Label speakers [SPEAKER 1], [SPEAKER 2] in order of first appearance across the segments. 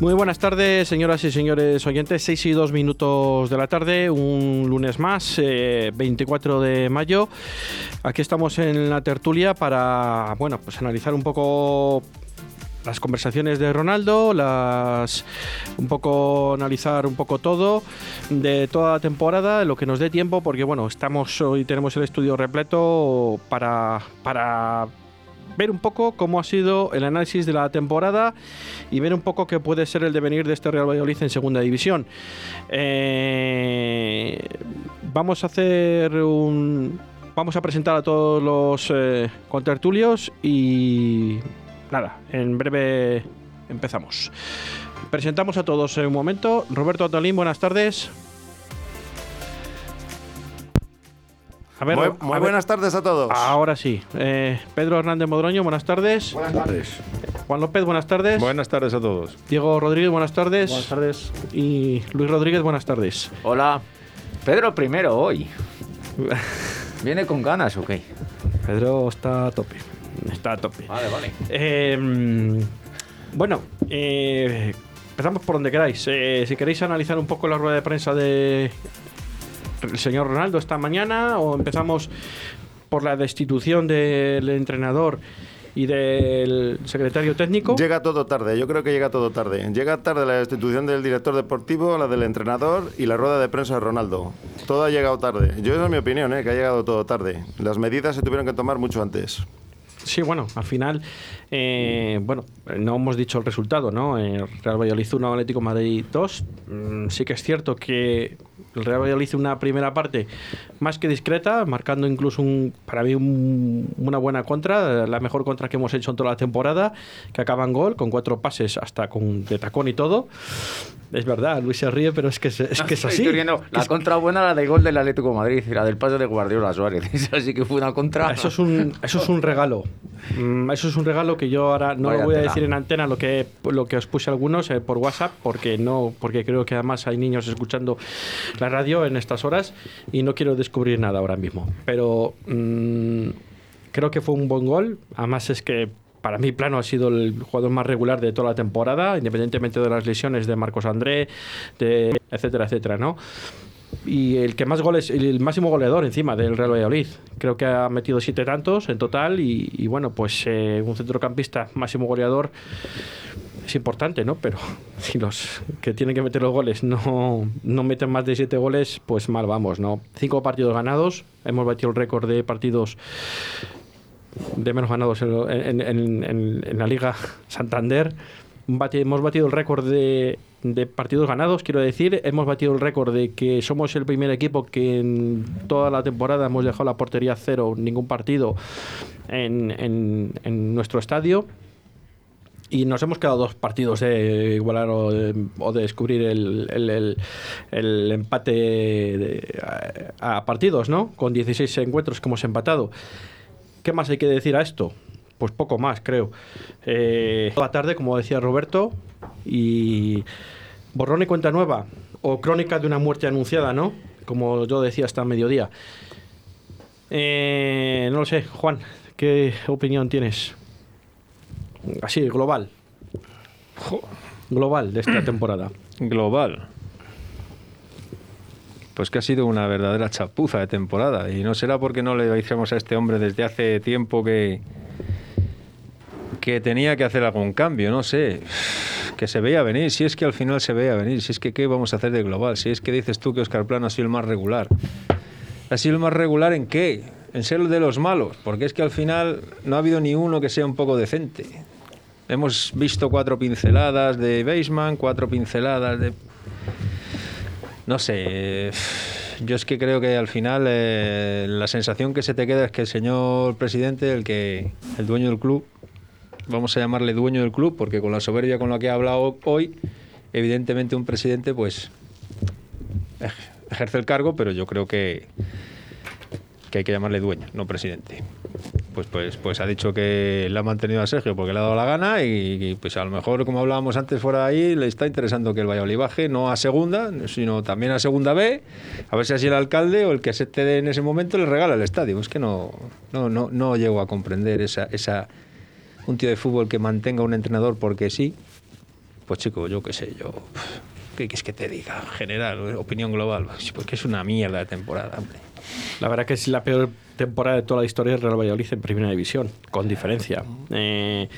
[SPEAKER 1] Muy buenas tardes, señoras y señores oyentes. 6 y 2 minutos de la tarde, un lunes más, eh, 24 de mayo. Aquí estamos en la tertulia para, bueno, pues analizar un poco las conversaciones de Ronaldo, las un poco analizar un poco todo de toda la temporada, lo que nos dé tiempo, porque bueno, estamos hoy tenemos el estudio repleto para para ver un poco cómo ha sido el análisis de la temporada y ver un poco qué puede ser el devenir de este Real Valladolid en segunda división. Eh, vamos a hacer un. Vamos a presentar a todos los eh, contertulios y. Nada, en breve empezamos. Presentamos a todos en un momento. Roberto Atolín, buenas tardes. A ver,
[SPEAKER 2] muy
[SPEAKER 1] a
[SPEAKER 2] muy
[SPEAKER 1] ver. Ah.
[SPEAKER 2] buenas tardes a todos.
[SPEAKER 1] Ahora sí. Eh, Pedro Hernández Modroño, buenas tardes.
[SPEAKER 2] Buenas tardes.
[SPEAKER 1] Juan López, buenas tardes.
[SPEAKER 3] Buenas tardes a todos.
[SPEAKER 1] Diego Rodríguez, buenas tardes.
[SPEAKER 4] Buenas tardes.
[SPEAKER 1] Y Luis Rodríguez, buenas tardes.
[SPEAKER 5] Hola. Pedro primero hoy. ¿Viene con ganas o qué?
[SPEAKER 1] Pedro está a tope. Está a tope.
[SPEAKER 5] Vale, vale.
[SPEAKER 1] Eh, bueno, eh, empezamos por donde queráis. Eh, si queréis analizar un poco la rueda de prensa de el señor Ronaldo esta mañana o empezamos por la destitución del entrenador y del secretario técnico.
[SPEAKER 2] Llega todo tarde, yo creo que llega todo tarde. Llega tarde la destitución del director deportivo, la del entrenador y la rueda de prensa de Ronaldo. Todo ha llegado tarde. Yo esa es mi opinión, ¿eh? que ha llegado todo tarde. Las medidas se tuvieron que tomar mucho antes.
[SPEAKER 1] Sí, bueno, al final, eh, bueno, no hemos dicho el resultado, ¿no? El Real Valladolid 1, Atlético de Madrid 2. Mm, sí que es cierto que el Real Valladolid hizo una primera parte más que discreta, marcando incluso un, para mí un- una buena contra, la mejor contra que hemos hecho en toda la temporada, que acaba en gol, con cuatro pases hasta con de tacón y todo. Es verdad, Luis se ríe, pero es que es, es que es así.
[SPEAKER 5] Estoy riendo. La contra buena la de gol del Atlético de Madrid y la del pase de Guardiola Suárez. Esa sí que fue una contra.
[SPEAKER 1] Eso es un, eso es un regalo. Mm, Eso es un regalo que yo ahora no
[SPEAKER 5] Vaya
[SPEAKER 1] lo voy a
[SPEAKER 5] antena.
[SPEAKER 1] decir en antena lo que, lo que os puse a algunos eh, por WhatsApp porque no porque creo que además hay niños escuchando la radio en estas horas y no quiero descubrir nada ahora mismo. Pero mm, creo que fue un buen gol. Además es que para mí Plano ha sido el jugador más regular de toda la temporada, independientemente de las lesiones de Marcos André, de etcétera, etcétera, ¿no? y el que más goles, el máximo goleador encima del Real Valladolid. Creo que ha metido siete tantos en total y, y bueno, pues eh, un centrocampista máximo goleador es importante, ¿no? Pero si los que tienen que meter los goles no, no meten más de siete goles, pues mal vamos, ¿no? Cinco partidos ganados, hemos batido el récord de partidos de menos ganados en, lo- en- en- en- en la Liga Santander. Bati- hemos batido el récord de, de partidos ganados, quiero decir. Hemos batido el récord de que somos el primer equipo que en toda la temporada hemos dejado la portería cero, ningún partido en, en- en nuestro estadio. Y nos hemos quedado dos partidos de igualar o de, o de descubrir el, el- el- el empate de- a, a partidos, ¿no? Con 16 encuentros que hemos empatado. ¿Qué más hay que decir a esto? Pues poco más, creo. Eh, toda tarde, como decía Roberto, y borrón y cuenta nueva, o crónica de una muerte anunciada, ¿no? Como yo decía hasta mediodía. Eh, no lo sé, Juan, ¿qué opinión tienes? Así, global. Global de esta temporada.
[SPEAKER 3] Global. Pues que ha sido una verdadera chapuza de temporada. Y no será porque no le decíamos a este hombre desde hace tiempo que. que tenía que hacer algún cambio, no sé. Que se veía venir, si es que al final se veía venir, si es que qué vamos a hacer de global, si es que dices tú que Oscar Plano ha sido el más regular. ¿Ha sido el más regular en qué? En ser el de los malos, porque es que al final no ha habido ni uno que sea un poco decente. Hemos visto cuatro pinceladas de Baseman, cuatro pinceladas de... No sé, eh, yo es que creo que al final eh, la sensación que se te queda es que el señor presidente, el que el dueño del club, vamos a llamarle dueño del club, porque con la soberbia con la que ha hablado hoy, evidentemente un presidente pues ej- ejerce el cargo, pero yo creo que, que hay que llamarle dueño, no presidente. Pues, pues, pues ha dicho que le ha mantenido a Sergio porque le ha dado la gana y, y, pues a lo mejor, como hablábamos antes fuera ahí, le está interesando que el Valladolid baje, no a segunda, sino también a segunda B, a ver si así el alcalde o el que se te dé en ese momento le regala el estadio. Es que no, no, no, no llego a comprender esa, esa un tío de fútbol que mantenga a un entrenador porque sí, Pues chico, yo qué sé, yo. ¿Qué quieres que te diga? General, opinión global. Porque es una mierda de temporada, hombre.
[SPEAKER 1] La verdad que es la peor temporada de toda la historia del Real Valladolid en Primera División, con diferencia. Eh,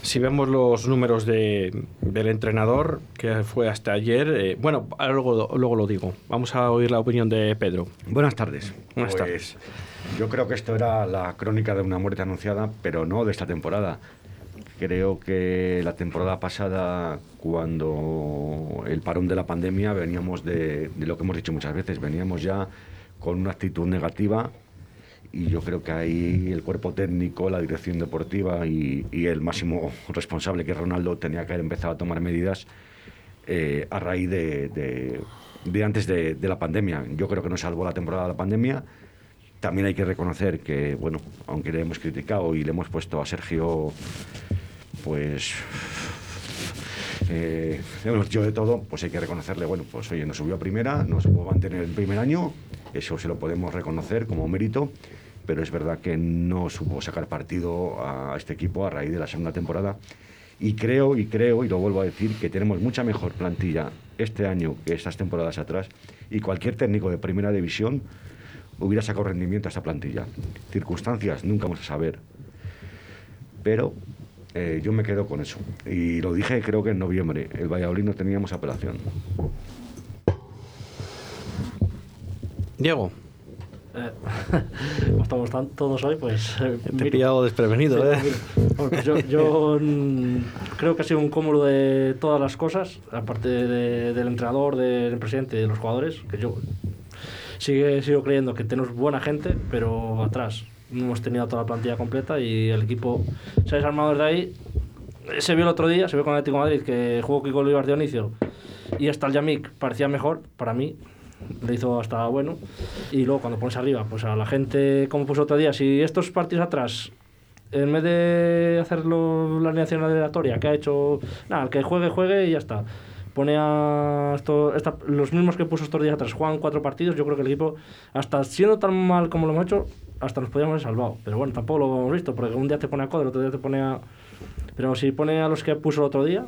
[SPEAKER 1] si vemos los números de- del entrenador, que fue hasta ayer, eh, bueno, ahora luego, luego lo digo. Vamos a oír la opinión de Pedro.
[SPEAKER 4] Buenas tardes.
[SPEAKER 1] Buenas tardes.
[SPEAKER 4] Yo creo que esto era la crónica de una muerte anunciada, pero no de esta temporada. Creo que la temporada pasada, cuando el parón de la pandemia, veníamos de, de lo que hemos dicho muchas veces, veníamos ya con una actitud negativa y yo creo que ahí el cuerpo técnico, la dirección deportiva y, y el máximo responsable, que es Ronaldo, tenía que haber empezado a tomar medidas eh, a raíz de, de- de antes de, de la pandemia. Yo creo que nos salvó la temporada de la pandemia. También hay que reconocer que, bueno, aunque le hemos criticado y le hemos puesto a Sergio, pues. eh, le hemos dicho de todo, pues hay que reconocerle, bueno, pues oye, nos subió a primera, nos pudo mantener el primer año, eso se lo podemos reconocer como mérito, pero es verdad que no supo sacar partido a este equipo a raíz de la segunda temporada. Y creo, y creo, y lo vuelvo a decir, que tenemos mucha mejor plantilla este año que estas temporadas atrás. Y cualquier técnico de primera división hubiera sacado rendimiento a esta plantilla. Circunstancias nunca vamos a saber. Pero eh, yo me quedo con eso. Y lo dije creo que en noviembre. El Valladolid no teníamos apelación.
[SPEAKER 1] Diego,
[SPEAKER 6] Eh, como estamos tan- todos hoy, pues... eh,
[SPEAKER 1] te he
[SPEAKER 6] miro.
[SPEAKER 1] pillado desprevenido, ¿eh?
[SPEAKER 6] Sí, no, miro. Bueno, pues yo yo, mm, creo que ha sido un cúmulo de todas las cosas, aparte de- del entrenador, del presidente, de los jugadores, que yo sigue, sigo creyendo que tenemos buena gente, pero atrás no hemos tenido toda la plantilla completa y el equipo se ha desarmado desde ahí. Se vio el otro día, se vio con el Atlético de Madrid que jugó Kiko Olivar Dionisio y hasta el Yamik parecía mejor para mí. Le hizo hasta bueno. Y luego cuando pones arriba, pues a la gente, como puso otro día, si estos partidos atrás, en vez de hacerlo la alineación aleatoria que ha hecho, nada, el que juegue, juegue y ya está. Pone a esto- esta- los mismos que puso estos días atrás, juegan cuatro partidos. Yo creo que el equipo, hasta siendo tan mal como lo hemos hecho, hasta nos podíamos haber salvado. Pero bueno, tampoco lo hemos visto, porque un día te pone a Coder, otro día te pone a, pero si pone a los que puso el otro día,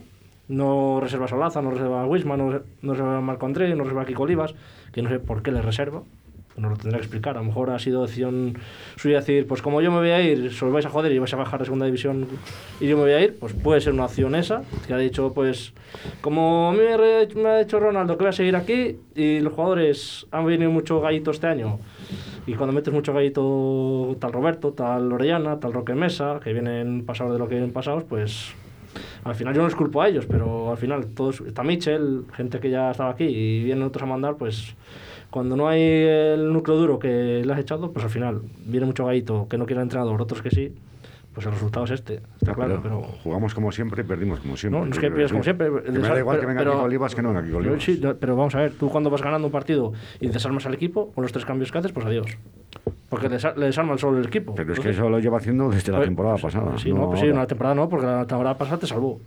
[SPEAKER 6] no reserva a Solaza, no reserva a Wisman, no, no reserva a Marco André, no reserva a Kiko Olivas, que no sé por qué le reserva. No lo tendrá que explicar. A lo mejor ha sido decisión suya decir, pues como yo me voy a ir, si os vais a joder y vais a bajar a segunda división y yo me voy a ir, pues puede ser una opción esa. Que ha dicho, pues como a mí me, re- me ha dicho Ronaldo que voy a seguir aquí y los jugadores han venido mucho gallito este año. Y cuando metes mucho gallito, tal Roberto, tal Orellana, tal Roque Mesa, que vienen pasados de lo que vienen pasados, pues al final yo no les culpo a ellos, pero al final todos, está Michel, gente que ya estaba aquí y vienen otros a mandar, pues cuando no hay el núcleo duro que le has echado, pues al final viene mucho gallito que no quiere el entrenador, otros que sí, pues el resultado es este, está claro, pero...
[SPEAKER 4] Jugamos como siempre y perdimos como siempre.
[SPEAKER 6] No, no es
[SPEAKER 4] Yo
[SPEAKER 6] que
[SPEAKER 4] creo
[SPEAKER 6] pierdas como siempre.
[SPEAKER 4] Que me da igual que venga Kiko Olivas que no venga Kiko Olivas.
[SPEAKER 6] Sí, no, pero vamos a ver, tú cuando vas ganando un partido y desarmas al equipo, con los tres cambios que haces, pues adiós. Porque le, desa- le desarman solo el equipo.
[SPEAKER 4] Pero es que
[SPEAKER 6] Entonces,
[SPEAKER 4] eso lo lleva haciendo desde la
[SPEAKER 6] pues,
[SPEAKER 4] temporada
[SPEAKER 6] pues,
[SPEAKER 4] pasada.
[SPEAKER 6] Sí, no, pues sí,
[SPEAKER 4] ahora.
[SPEAKER 6] una temporada no, porque la temporada pasada te salvó.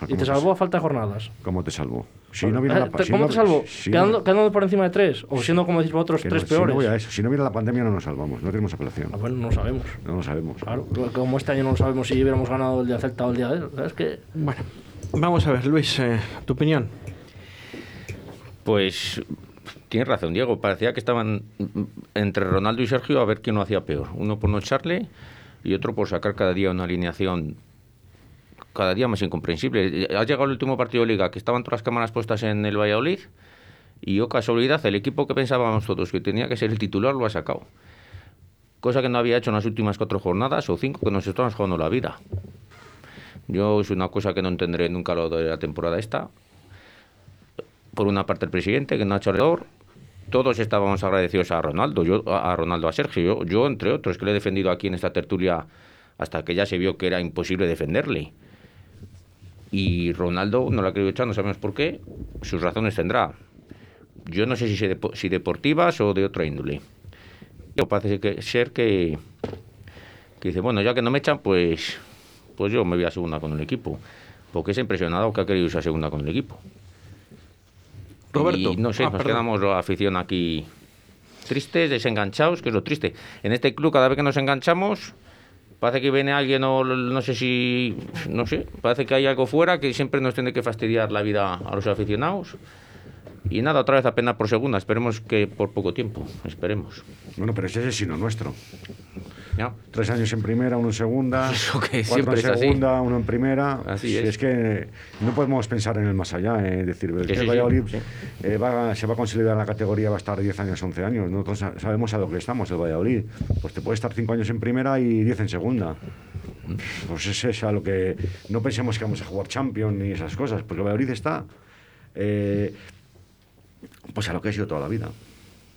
[SPEAKER 4] Pero
[SPEAKER 6] Y te
[SPEAKER 4] ¿cómo
[SPEAKER 6] salvó a falta de jornadas.
[SPEAKER 4] ¿Cómo te salvó? Si no viene
[SPEAKER 6] Eh,
[SPEAKER 4] la
[SPEAKER 6] te-
[SPEAKER 4] si
[SPEAKER 6] ¿Cómo
[SPEAKER 4] no-
[SPEAKER 6] te salvó?
[SPEAKER 4] si no-
[SPEAKER 6] quedando, quedando por encima de tres, o siendo, como decís vosotros,
[SPEAKER 4] que no-
[SPEAKER 6] tres
[SPEAKER 4] si no
[SPEAKER 6] peores.
[SPEAKER 4] voy a eso. Si no viene la pandemia no nos salvamos, no tenemos apelación.
[SPEAKER 6] Ah, bueno, no lo sabemos.
[SPEAKER 4] No lo sabemos.
[SPEAKER 6] Claro, como este año no lo sabemos si hubiéramos ganado el día Celta o el día de él. Es que
[SPEAKER 1] Bueno, vamos a ver, Luis, eh, tu opinión.
[SPEAKER 5] Pues tienes razón, Diego. Parecía que estaban mm, entre Ronaldo y Sergio a ver quién lo hacía peor. Uno por no echarle y otro por sacar cada día una alineación cada día más incomprensible. Ha llegado el último partido de liga que estaban todas las cámaras puestas en el Valladolid y, oh casualidad, el equipo que pensábamos todos que tenía que ser el titular lo ha sacado. Cosa que no había hecho en las últimas cuatro jornadas o cinco que nos estaban jugando la vida. Yo es una cosa que no entenderé nunca lo de la temporada esta por una parte el presidente, que no ha hecho alrededor. Todos estábamos agradecidos a Ronaldo, yo a a Ronaldo, a Sergio, yo, yo, entre otros, que le he defendido aquí en esta tertulia hasta que ya se vio que era imposible defenderle. Y Ronaldo no la ha querido echar, no sabemos por qué, sus razones tendrá. Yo no sé si, se depo- si deportivas o de otra índole. Yo parece que, ser que, que dice, bueno, ya que no me echan, pues, pues yo me voy a segunda con el equipo. Porque es impresionado que ha querido irse a segunda con el equipo.
[SPEAKER 1] Roberto.
[SPEAKER 5] Y no sé,
[SPEAKER 1] Ah,
[SPEAKER 5] nos
[SPEAKER 1] perdón.
[SPEAKER 5] quedamos la afición aquí tristes, desenganchados, que es lo triste. En este club, cada vez que nos enganchamos, Parece que viene alguien, o no sé si. No sé. Parece que hay algo fuera que siempre nos tiene que fastidiar la vida a los aficionados. Y nada, otra vez apenas por segunda. Esperemos que por poco tiempo. Esperemos.
[SPEAKER 4] Bueno, pero ese es el sino nuestro.
[SPEAKER 5] ¿Ya?
[SPEAKER 4] Tres años en primera, uno en segunda,
[SPEAKER 5] Eso que
[SPEAKER 4] cuatro
[SPEAKER 5] siempre es
[SPEAKER 4] en
[SPEAKER 5] así.
[SPEAKER 4] segunda, uno en primera.
[SPEAKER 5] Así
[SPEAKER 4] Si
[SPEAKER 5] es.
[SPEAKER 4] que eh, no podemos pensar en el más allá, eh, decir, el
[SPEAKER 5] Sí, sí, sí,
[SPEAKER 4] Valladolid
[SPEAKER 5] sí.
[SPEAKER 4] eh, va- se va a consolidar en la categoría, va a estar 10 años, 11 años. Nosotros sa- sabemos a lo que estamos, el Valladolid. Pues te puede estar 5 años en primera y 10 en segunda. Pues es esa lo que... No pensemos que vamos a jugar Champions ni esas cosas, porque el Valladolid está... eh, pues a lo que ha sido toda la vida.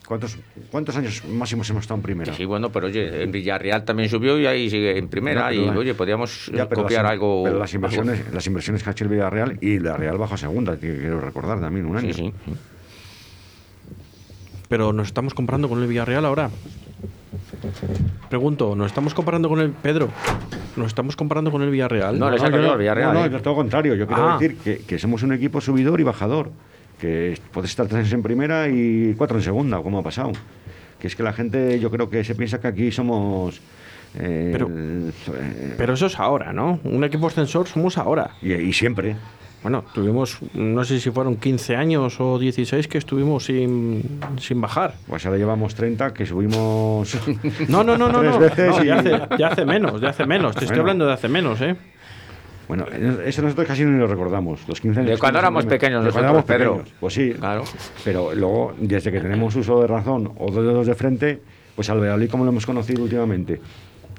[SPEAKER 4] ¿Cuántos, cuántos años máximos hemos estado en primera?
[SPEAKER 5] Sí, bueno, pero oye, en Villarreal también subió y ahí sigue en primera.
[SPEAKER 4] Ya, pero
[SPEAKER 5] y
[SPEAKER 4] la-
[SPEAKER 5] oye, podríamos eh,
[SPEAKER 4] Ya, pero
[SPEAKER 5] copiar
[SPEAKER 4] las, in-
[SPEAKER 5] algo.
[SPEAKER 4] Pero las inversiones,
[SPEAKER 5] algo.
[SPEAKER 4] las inversiones que ha hecho el Villarreal y la Real bajo a segunda, que quiero recordar también un año.
[SPEAKER 5] Sí, sí. sí.
[SPEAKER 1] Pero nos estamos comparando con el Villarreal ahora. Pregunto, ¿nos estamos comparando con el Pedro? ¿Nos estamos comparando con el Villarreal?
[SPEAKER 5] No, le saca yo al Villarreal.
[SPEAKER 4] no,
[SPEAKER 5] ¿eh?
[SPEAKER 4] no, todo lo contrario. Yo quiero
[SPEAKER 1] Ah.
[SPEAKER 4] decir que, que somos un equipo subidor y bajador. Que puedes estar tres años en primera y cuatro en segunda, como ha pasado. Que es que la gente, yo creo que se piensa que aquí somos. eh,
[SPEAKER 1] Pero-
[SPEAKER 4] el- eh,
[SPEAKER 1] Pero eso es ahora, ¿no? Un equipo ascensor somos ahora.
[SPEAKER 4] y, y siempre.
[SPEAKER 1] Bueno, tuvimos, no sé si fueron 15 años o 16 que estuvimos sin, sin bajar.
[SPEAKER 4] Pues ahora llevamos 30 que subimos.
[SPEAKER 1] No, no, no, no.
[SPEAKER 4] Tres
[SPEAKER 1] no.
[SPEAKER 4] veces
[SPEAKER 1] No,
[SPEAKER 4] y-
[SPEAKER 1] ya, hace, ya hace menos, ya hace menos. Te estoy
[SPEAKER 4] Bueno.
[SPEAKER 1] hablando de hace menos, ¿eh?
[SPEAKER 4] Bueno, eso nosotros casi no lo recordamos. Los 15 años
[SPEAKER 5] De
[SPEAKER 4] que
[SPEAKER 5] cuando éramos
[SPEAKER 4] estuvimos en
[SPEAKER 5] pequeños
[SPEAKER 4] primera. De cuando
[SPEAKER 5] nosotros,
[SPEAKER 4] éramos
[SPEAKER 5] Pedro.
[SPEAKER 4] pequeños. Pues sí,
[SPEAKER 5] Claro.
[SPEAKER 4] Pero luego, desde que tenemos uso de razón o dos dedos de frente, pues al Valladolid como lo hemos conocido últimamente.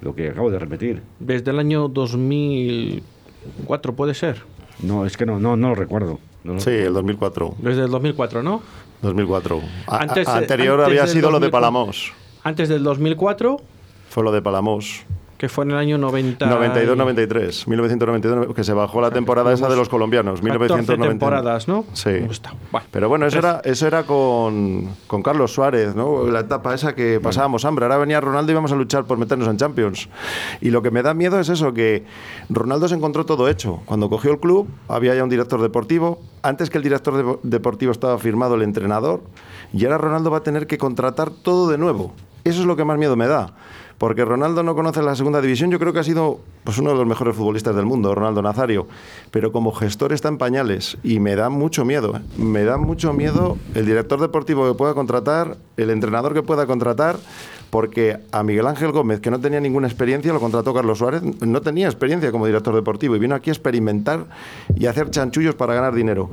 [SPEAKER 4] Lo que acabo de repetir.
[SPEAKER 1] Desde el año 2004 puede ser.
[SPEAKER 4] No, es que no, no, no lo recuerdo. No lo-
[SPEAKER 2] Sí, el 2004.
[SPEAKER 1] Desde el 2004, ¿no?
[SPEAKER 2] 2004. A- a-
[SPEAKER 1] Antes de-
[SPEAKER 2] anterior
[SPEAKER 1] antes
[SPEAKER 2] había
[SPEAKER 1] del
[SPEAKER 2] sido lo de
[SPEAKER 1] 2004.
[SPEAKER 2] Palamos.
[SPEAKER 1] Antes del 2004,
[SPEAKER 2] Fue lo de Palamos.
[SPEAKER 1] que fue en el año 90.
[SPEAKER 2] 92-93. 1992, que se bajó la temporada esa de los colombianos.
[SPEAKER 1] 14
[SPEAKER 2] 1990.
[SPEAKER 1] temporadas, ¿no?
[SPEAKER 2] Sí.
[SPEAKER 1] Me gusta. Bueno,
[SPEAKER 2] Pero bueno, eso
[SPEAKER 1] tres.
[SPEAKER 2] era, eso era con, con Carlos Suárez, ¿no? La etapa esa que pasábamos hambre. Ahora venía Ronaldo y íbamos a luchar por meternos en Champions. Y lo que me da miedo es eso, que Ronaldo se encontró todo hecho. Cuando cogió el club, había ya un director deportivo. Antes que el director depo- deportivo estaba firmado el entrenador. Y ahora Ronaldo va a tener que contratar todo de nuevo. Eso es lo que más miedo me da. Porque Ronaldo no conoce la segunda división. Yo creo que ha sido pues, uno de los mejores futbolistas del mundo, Ronaldo Nazario. Pero como gestor está en pañales y me da mucho miedo. ¿eh? Me da mucho miedo el director deportivo que pueda contratar, el entrenador que pueda contratar, porque a Miguel Ángel Gómez, que no tenía ninguna experiencia, lo contrató Carlos Suárez, no tenía experiencia como director deportivo y vino aquí a experimentar y a hacer chanchullos para ganar dinero.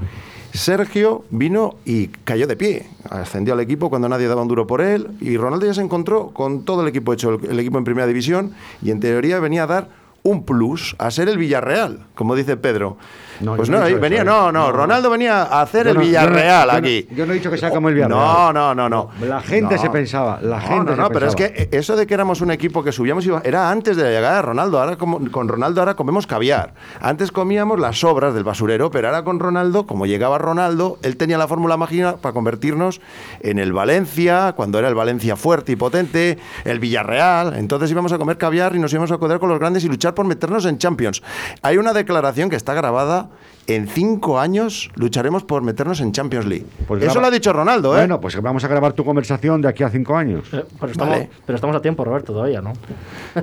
[SPEAKER 2] Sergio vino y cayó de pie. Ascendió al equipo cuando nadie daba un duro por él. Y Ronaldo ya se encontró con todo el equipo hecho, el, el equipo en primera división. Y en teoría venía a dar un plus a ser el Villarreal, como dice Pedro.
[SPEAKER 4] No,
[SPEAKER 2] pues
[SPEAKER 4] yo no
[SPEAKER 2] no,
[SPEAKER 4] he
[SPEAKER 2] eh,
[SPEAKER 4] dicho
[SPEAKER 2] venía,
[SPEAKER 4] eso,
[SPEAKER 2] no,
[SPEAKER 4] eh.
[SPEAKER 2] no,
[SPEAKER 4] No.
[SPEAKER 2] Ronaldo venía a hacer
[SPEAKER 4] Yo
[SPEAKER 2] el
[SPEAKER 4] no- yo no-
[SPEAKER 2] Villarreal
[SPEAKER 4] yo no-
[SPEAKER 2] aquí.
[SPEAKER 4] yo no he dicho que sea como el Villarreal.
[SPEAKER 2] No, no, no, no.
[SPEAKER 4] La gente se pensaba, la
[SPEAKER 2] No,
[SPEAKER 4] gente
[SPEAKER 2] No,
[SPEAKER 4] se
[SPEAKER 2] no, pero es
[SPEAKER 4] pensaba.
[SPEAKER 2] que eh, eso de que éramos un equipo que subíamos y baj- era antes de la llegada de Ronaldo. Ahora como- con Ronaldo ahora comemos caviar. Antes comíamos las sobras del basurero, pero ahora con Ronaldo, como llegaba Ronaldo, él tenía la fórmula mágica para convertirnos en el Valencia, cuando era el Valencia fuerte y potente, el Villarreal. Entonces íbamos a comer caviar y nos íbamos a codear con los grandes y luchar por meternos en Champions. Hay una declaración que está grabada. En cinco años lucharemos por meternos en Champions League.
[SPEAKER 4] Pues
[SPEAKER 2] Eso
[SPEAKER 4] graba-
[SPEAKER 2] lo ha dicho Ronaldo, ¿eh?
[SPEAKER 4] Bueno, pues vamos a grabar tu conversación de aquí a cinco años.
[SPEAKER 6] Eh, Pero estamos,
[SPEAKER 2] Vale.
[SPEAKER 6] pero estamos a tiempo, Roberto, todavía, ¿no?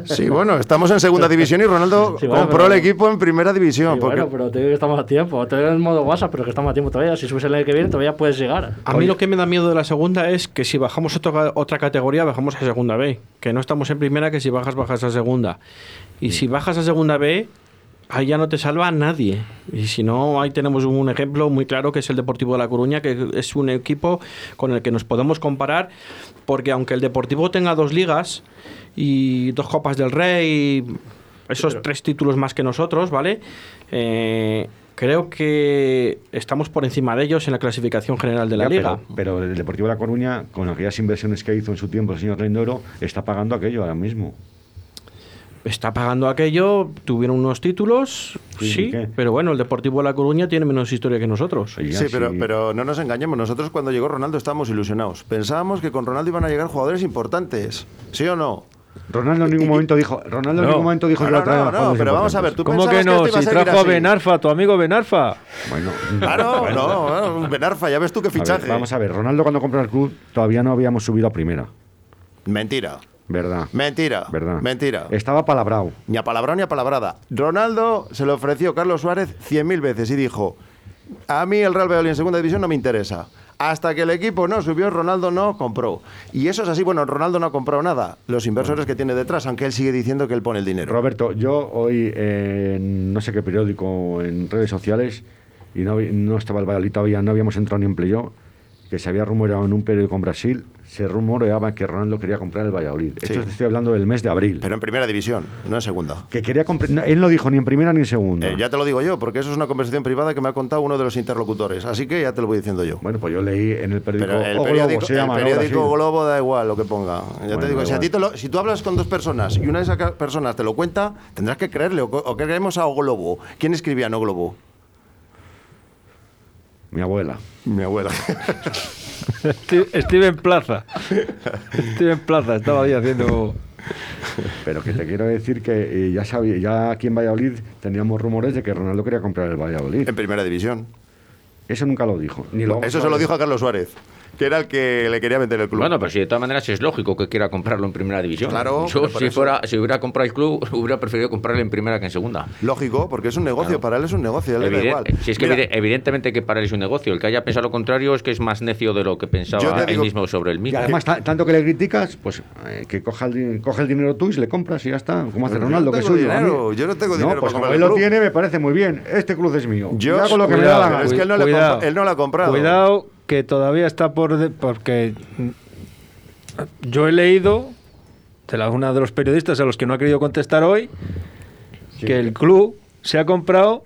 [SPEAKER 2] Sí, bueno, estamos en segunda división y Ronaldo
[SPEAKER 6] Sí, bueno,
[SPEAKER 2] compró
[SPEAKER 6] pero-
[SPEAKER 2] el equipo en primera división.
[SPEAKER 6] Sí,
[SPEAKER 2] porque
[SPEAKER 6] Bueno, pero te digo que estamos a tiempo. Te digo en el modo WhatsApp, pero que estamos a tiempo todavía. Si subes el año que viene, todavía puedes llegar.
[SPEAKER 1] A mí lo que me da miedo de la segunda es que si bajamos otra, otra categoría, bajamos a segunda B. Que no estamos en primera, que si bajas, bajas a segunda. Y si bajas a segunda B, ahí ya no te salva nadie. Y si no, ahí tenemos un ejemplo muy claro que es el Deportivo de La Coruña, que es un equipo con el que nos podemos comparar, porque aunque el Deportivo tenga dos ligas y dos Copas del Rey, esos tres títulos más que nosotros, ¿vale? Eh, Creo que estamos por encima de ellos en la clasificación general de la
[SPEAKER 4] Ya,
[SPEAKER 1] liga.
[SPEAKER 4] Pero, pero el Deportivo de La Coruña, con aquellas inversiones que hizo en su tiempo el señor Lindoro, está pagando aquello ahora mismo.
[SPEAKER 1] está pagando aquello, tuvieron unos títulos,
[SPEAKER 4] Sí,
[SPEAKER 1] sí,
[SPEAKER 4] ¿y qué?
[SPEAKER 1] pero bueno, el Deportivo de La Coruña tiene menos historia que nosotros.
[SPEAKER 4] Y ya,
[SPEAKER 2] Sí, pero,
[SPEAKER 4] si-
[SPEAKER 2] pero no nos engañemos. Nosotros cuando llegó Ronaldo estábamos ilusionados. Pensábamos que con Ronaldo iban a llegar jugadores importantes. ¿Sí o no? Ah,
[SPEAKER 4] Ronaldo en ningún momento dijo, Ronaldo en
[SPEAKER 3] No.
[SPEAKER 4] ningún momento dijo
[SPEAKER 2] No,
[SPEAKER 4] que iba a
[SPEAKER 2] no,
[SPEAKER 4] traer
[SPEAKER 2] no, no,
[SPEAKER 4] jugadores
[SPEAKER 2] pero vamos a ver,
[SPEAKER 4] importantes.
[SPEAKER 2] tú
[SPEAKER 3] ¿Cómo que
[SPEAKER 2] pensabas
[SPEAKER 3] no?
[SPEAKER 2] que esto
[SPEAKER 3] Si
[SPEAKER 2] iba a seguir
[SPEAKER 3] trajo a
[SPEAKER 2] así?
[SPEAKER 3] Benarfa, tu amigo Benarfa.
[SPEAKER 4] Bueno,
[SPEAKER 2] Claro, no, no, Benarfa, ya ves tú qué
[SPEAKER 4] A ver,
[SPEAKER 2] fichaje.
[SPEAKER 4] vamos a ver, Ronaldo cuando compró el club todavía no habíamos subido a primera.
[SPEAKER 2] Mentira.
[SPEAKER 4] ¿Verdad?
[SPEAKER 2] Mentira.
[SPEAKER 4] ¿Verdad?
[SPEAKER 2] Mentira.
[SPEAKER 4] Estaba palabrado.
[SPEAKER 2] Ni a palabra ni a palabrada. Ronaldo se le ofreció Carlos Suárez 100.000 veces y dijo: A mí el Real Valladolid en segunda división no me interesa. Hasta que el equipo no subió, Ronaldo no compró. Y eso es así. Bueno, Ronaldo no ha comprado nada. Los inversores que tiene detrás, aunque él sigue diciendo que él pone el dinero.
[SPEAKER 4] Roberto, yo hoy eh, en no sé qué periódico, en redes sociales, y no, vi- no estaba el Valladolid todavía, no habíamos entrado ni en playoff, que se había rumoreado en un periódico en Brasil, se rumoreaba que Ronaldo quería comprar el Valladolid.
[SPEAKER 2] Sí.
[SPEAKER 4] Esto te estoy hablando del mes de abril.
[SPEAKER 2] Pero en primera división, no en segunda.
[SPEAKER 4] que quería comprar, no, él no dijo ni en primera ni en segunda.
[SPEAKER 2] Eh, ya te lo digo yo, porque eso es una conversación privada que me ha contado uno de los interlocutores. Así que ya te lo voy diciendo yo.
[SPEAKER 4] Bueno, pues yo leí en el periódico,
[SPEAKER 2] Pero el
[SPEAKER 4] O "Oh, Globo,
[SPEAKER 2] periódico,
[SPEAKER 4] se
[SPEAKER 2] el
[SPEAKER 4] llama, ¿no?
[SPEAKER 2] periódico
[SPEAKER 4] Brasil.
[SPEAKER 2] Globo da igual lo que ponga. Ya
[SPEAKER 4] Bueno,
[SPEAKER 2] te digo,
[SPEAKER 4] da
[SPEAKER 2] si, a ti
[SPEAKER 4] igual.
[SPEAKER 2] te lo- si tú hablas con dos personas y una de esas ca- personas te lo cuenta, tendrás que creerle o, co- o creemos a O Globo. ¿Quién escribía No Globo?
[SPEAKER 4] Mi abuela.
[SPEAKER 2] Mi abuela.
[SPEAKER 3] Steven Plaza. Steven Plaza estaba ahí haciendo.
[SPEAKER 4] Pero que te quiero decir que eh, ya sabía, ya aquí en Valladolid teníamos rumores de que Ronaldo quería comprar el Valladolid.
[SPEAKER 2] en primera división.
[SPEAKER 4] Eso nunca lo dijo. Ni lo
[SPEAKER 2] Eso se lo dijo a Carlos Suárez, que era el que le quería meter el club.
[SPEAKER 5] Bueno, pero si de todas maneras es lógico que quiera comprarlo en primera división.
[SPEAKER 2] Claro,
[SPEAKER 5] Yo,
[SPEAKER 2] pero por
[SPEAKER 5] si,
[SPEAKER 2] eso-
[SPEAKER 5] fuera, si hubiera comprado el club, hubiera preferido comprarlo en primera que en segunda.
[SPEAKER 2] Lógico, porque es un negocio, para él es un negocio, a él le da
[SPEAKER 5] Eviden-
[SPEAKER 2] igual.
[SPEAKER 5] si es que
[SPEAKER 2] Mira,
[SPEAKER 5] evide- evidentemente que para él es un negocio. El que haya pensado lo contrario es que es más necio de lo que
[SPEAKER 2] Yo
[SPEAKER 5] pensaba
[SPEAKER 2] te
[SPEAKER 5] él
[SPEAKER 2] digo-
[SPEAKER 5] mismo sobre el
[SPEAKER 4] Y
[SPEAKER 5] mismo.
[SPEAKER 4] además, ta- tanto que le criticas, pues eh, que coja el, di- coge el dinero tú y se le compras y ya está. Como hace
[SPEAKER 2] Pero yo
[SPEAKER 4] Ronaldo,
[SPEAKER 2] no
[SPEAKER 4] que es
[SPEAKER 2] tengo
[SPEAKER 4] suyo. a mí-
[SPEAKER 2] dinero, yo no tengo dinero
[SPEAKER 4] pues
[SPEAKER 2] para
[SPEAKER 4] como
[SPEAKER 2] comprar
[SPEAKER 4] él
[SPEAKER 2] el
[SPEAKER 4] lo
[SPEAKER 2] club.
[SPEAKER 4] tiene, me parece muy bien. Este cruz es mío.
[SPEAKER 2] Yo-
[SPEAKER 4] Yo hago lo que me da la
[SPEAKER 2] Pero es
[SPEAKER 4] gana.
[SPEAKER 2] que él no le ha
[SPEAKER 3] cuidado.
[SPEAKER 2] compra- él no lo ha comprado.
[SPEAKER 3] Cuidado, que todavía está por. de- porque yo he leído de la, una de los periodistas a los que no ha querido contestar hoy que el club se ha comprado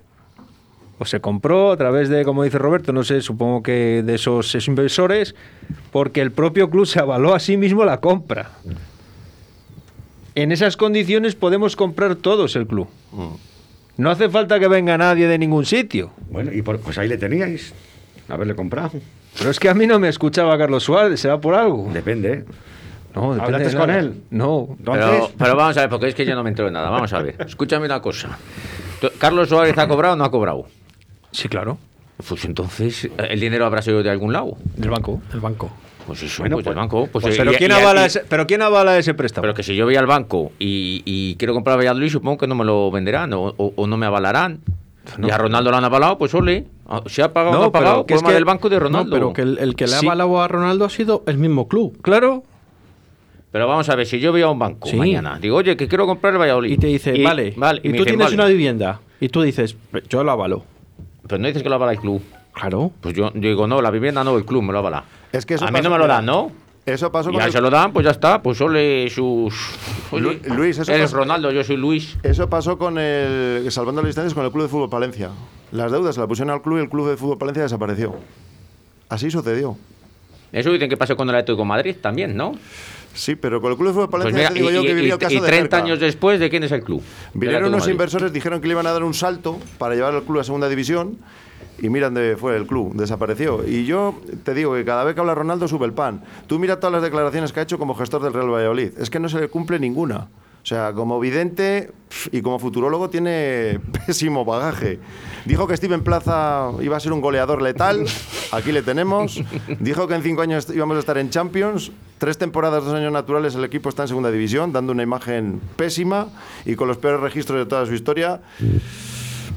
[SPEAKER 3] o se compró a través de, como dice Roberto, no sé, supongo que de esos, esos inversores, porque el propio club se avaló a sí mismo la compra. En esas condiciones podemos comprar todos el club.
[SPEAKER 4] Mm.
[SPEAKER 3] No hace falta que venga nadie de ningún sitio.
[SPEAKER 4] Bueno, y por- pues ahí le teníais. Haberle comprado.
[SPEAKER 3] Pero es que a mí no me escuchaba Carlos Suárez, será por algo.
[SPEAKER 4] Depende. ¿eh?
[SPEAKER 3] No, depende
[SPEAKER 4] ¿Hablaste
[SPEAKER 3] de
[SPEAKER 4] con
[SPEAKER 3] nada.
[SPEAKER 4] él?
[SPEAKER 3] No.
[SPEAKER 5] Pero,
[SPEAKER 4] Entonces,
[SPEAKER 5] pero vamos a ver, porque es que yo no me entero de nada. Vamos a ver. Escúchame una cosa. Tú- ¿Carlos Suárez ha cobrado o no ha cobrado?
[SPEAKER 3] Sí, claro.
[SPEAKER 5] Pues entonces, ¿el dinero habrá salido de algún lado?
[SPEAKER 3] Del banco.
[SPEAKER 1] El banco.
[SPEAKER 5] Pues eso,
[SPEAKER 4] Bueno,
[SPEAKER 5] pues,
[SPEAKER 4] pues-
[SPEAKER 5] del banco. Pues, eh,
[SPEAKER 3] pero,
[SPEAKER 5] y-
[SPEAKER 3] ¿quién
[SPEAKER 5] y-
[SPEAKER 3] avala
[SPEAKER 5] y-
[SPEAKER 3] ese, pero quién avala ese préstamo?
[SPEAKER 5] Pero que si yo voy al banco y, y quiero comprar Valladolid, supongo que no me lo venderán o, o- o no me avalarán.
[SPEAKER 3] No.
[SPEAKER 5] Y a Ronaldo lo han avalado, pues ole. Ah, Se ha pagado,
[SPEAKER 3] No,
[SPEAKER 5] no, ha
[SPEAKER 3] pero
[SPEAKER 5] pagado.
[SPEAKER 3] que es
[SPEAKER 5] problema
[SPEAKER 3] que-
[SPEAKER 5] del banco de
[SPEAKER 1] No,
[SPEAKER 5] Ronaldo.
[SPEAKER 1] pero que el, el que le ha
[SPEAKER 3] Sí.
[SPEAKER 1] avalado a Ronaldo ha sido el mismo club.
[SPEAKER 3] Claro.
[SPEAKER 5] Pero vamos a ver, si yo voy a un banco
[SPEAKER 1] Sí.
[SPEAKER 5] mañana, digo, oye, que quiero comprar el Valladolid.
[SPEAKER 1] Y te dice, vale,
[SPEAKER 5] vale,
[SPEAKER 1] y,
[SPEAKER 5] me
[SPEAKER 1] tú
[SPEAKER 5] dicen,
[SPEAKER 1] tienes
[SPEAKER 5] vale.
[SPEAKER 1] una vivienda. Y tú dices, yo lo avalo.
[SPEAKER 5] Pero no dices que lo avala el club.
[SPEAKER 1] Claro.
[SPEAKER 5] Pues yo, yo digo, no, la vivienda no, el club me lo avala.
[SPEAKER 2] Es que eso
[SPEAKER 5] a mí
[SPEAKER 2] pasa-
[SPEAKER 5] no me lo dan, ¿no?
[SPEAKER 2] Eso pasó
[SPEAKER 5] Y
[SPEAKER 2] con
[SPEAKER 5] ahí
[SPEAKER 2] el-
[SPEAKER 5] se lo dan, pues ya está, pues ole sus. Oye,
[SPEAKER 2] Lu- Luis, eso
[SPEAKER 5] eres
[SPEAKER 2] pasa-
[SPEAKER 5] Ronaldo, yo soy Luis.
[SPEAKER 2] Eso pasó con el salvando las distancias con el Club de Fútbol Palencia. Las deudas se las pusieron al club y el Club de Fútbol Palencia desapareció. Así sucedió.
[SPEAKER 5] Eso dicen que pasó con el Atlético de Madrid también, ¿no?
[SPEAKER 2] Sí, pero con el Club de Fútbol Palencia
[SPEAKER 5] Pues
[SPEAKER 2] ya te
[SPEAKER 5] mira,
[SPEAKER 2] digo yo
[SPEAKER 5] y,
[SPEAKER 2] que
[SPEAKER 5] y-
[SPEAKER 2] viví
[SPEAKER 5] y-
[SPEAKER 2] el caso
[SPEAKER 5] y
[SPEAKER 2] de
[SPEAKER 5] 30
[SPEAKER 2] cerca.
[SPEAKER 5] años después, ¿de quién es el club?
[SPEAKER 2] Vinieron
[SPEAKER 5] Del Atlético
[SPEAKER 2] unos
[SPEAKER 5] de Madrid.
[SPEAKER 2] inversores, dijeron que le iban a dar un salto para llevar al club a segunda división y miran de fue el club, desapareció. Y yo te digo que cada vez que habla Ronaldo sube el pan. Tú mira todas las declaraciones que ha hecho como gestor del Real Valladolid, es que no se le cumple ninguna. O sea, como vidente pf, y como futurólogo tiene pésimo bagaje. Dijo que Steven Plaza iba a ser un goleador letal, aquí le tenemos. Dijo que en cinco años íbamos a estar en Champions, tres temporadas, dos años naturales, el equipo está en segunda división, dando una imagen pésima y con los peores registros de toda su historia.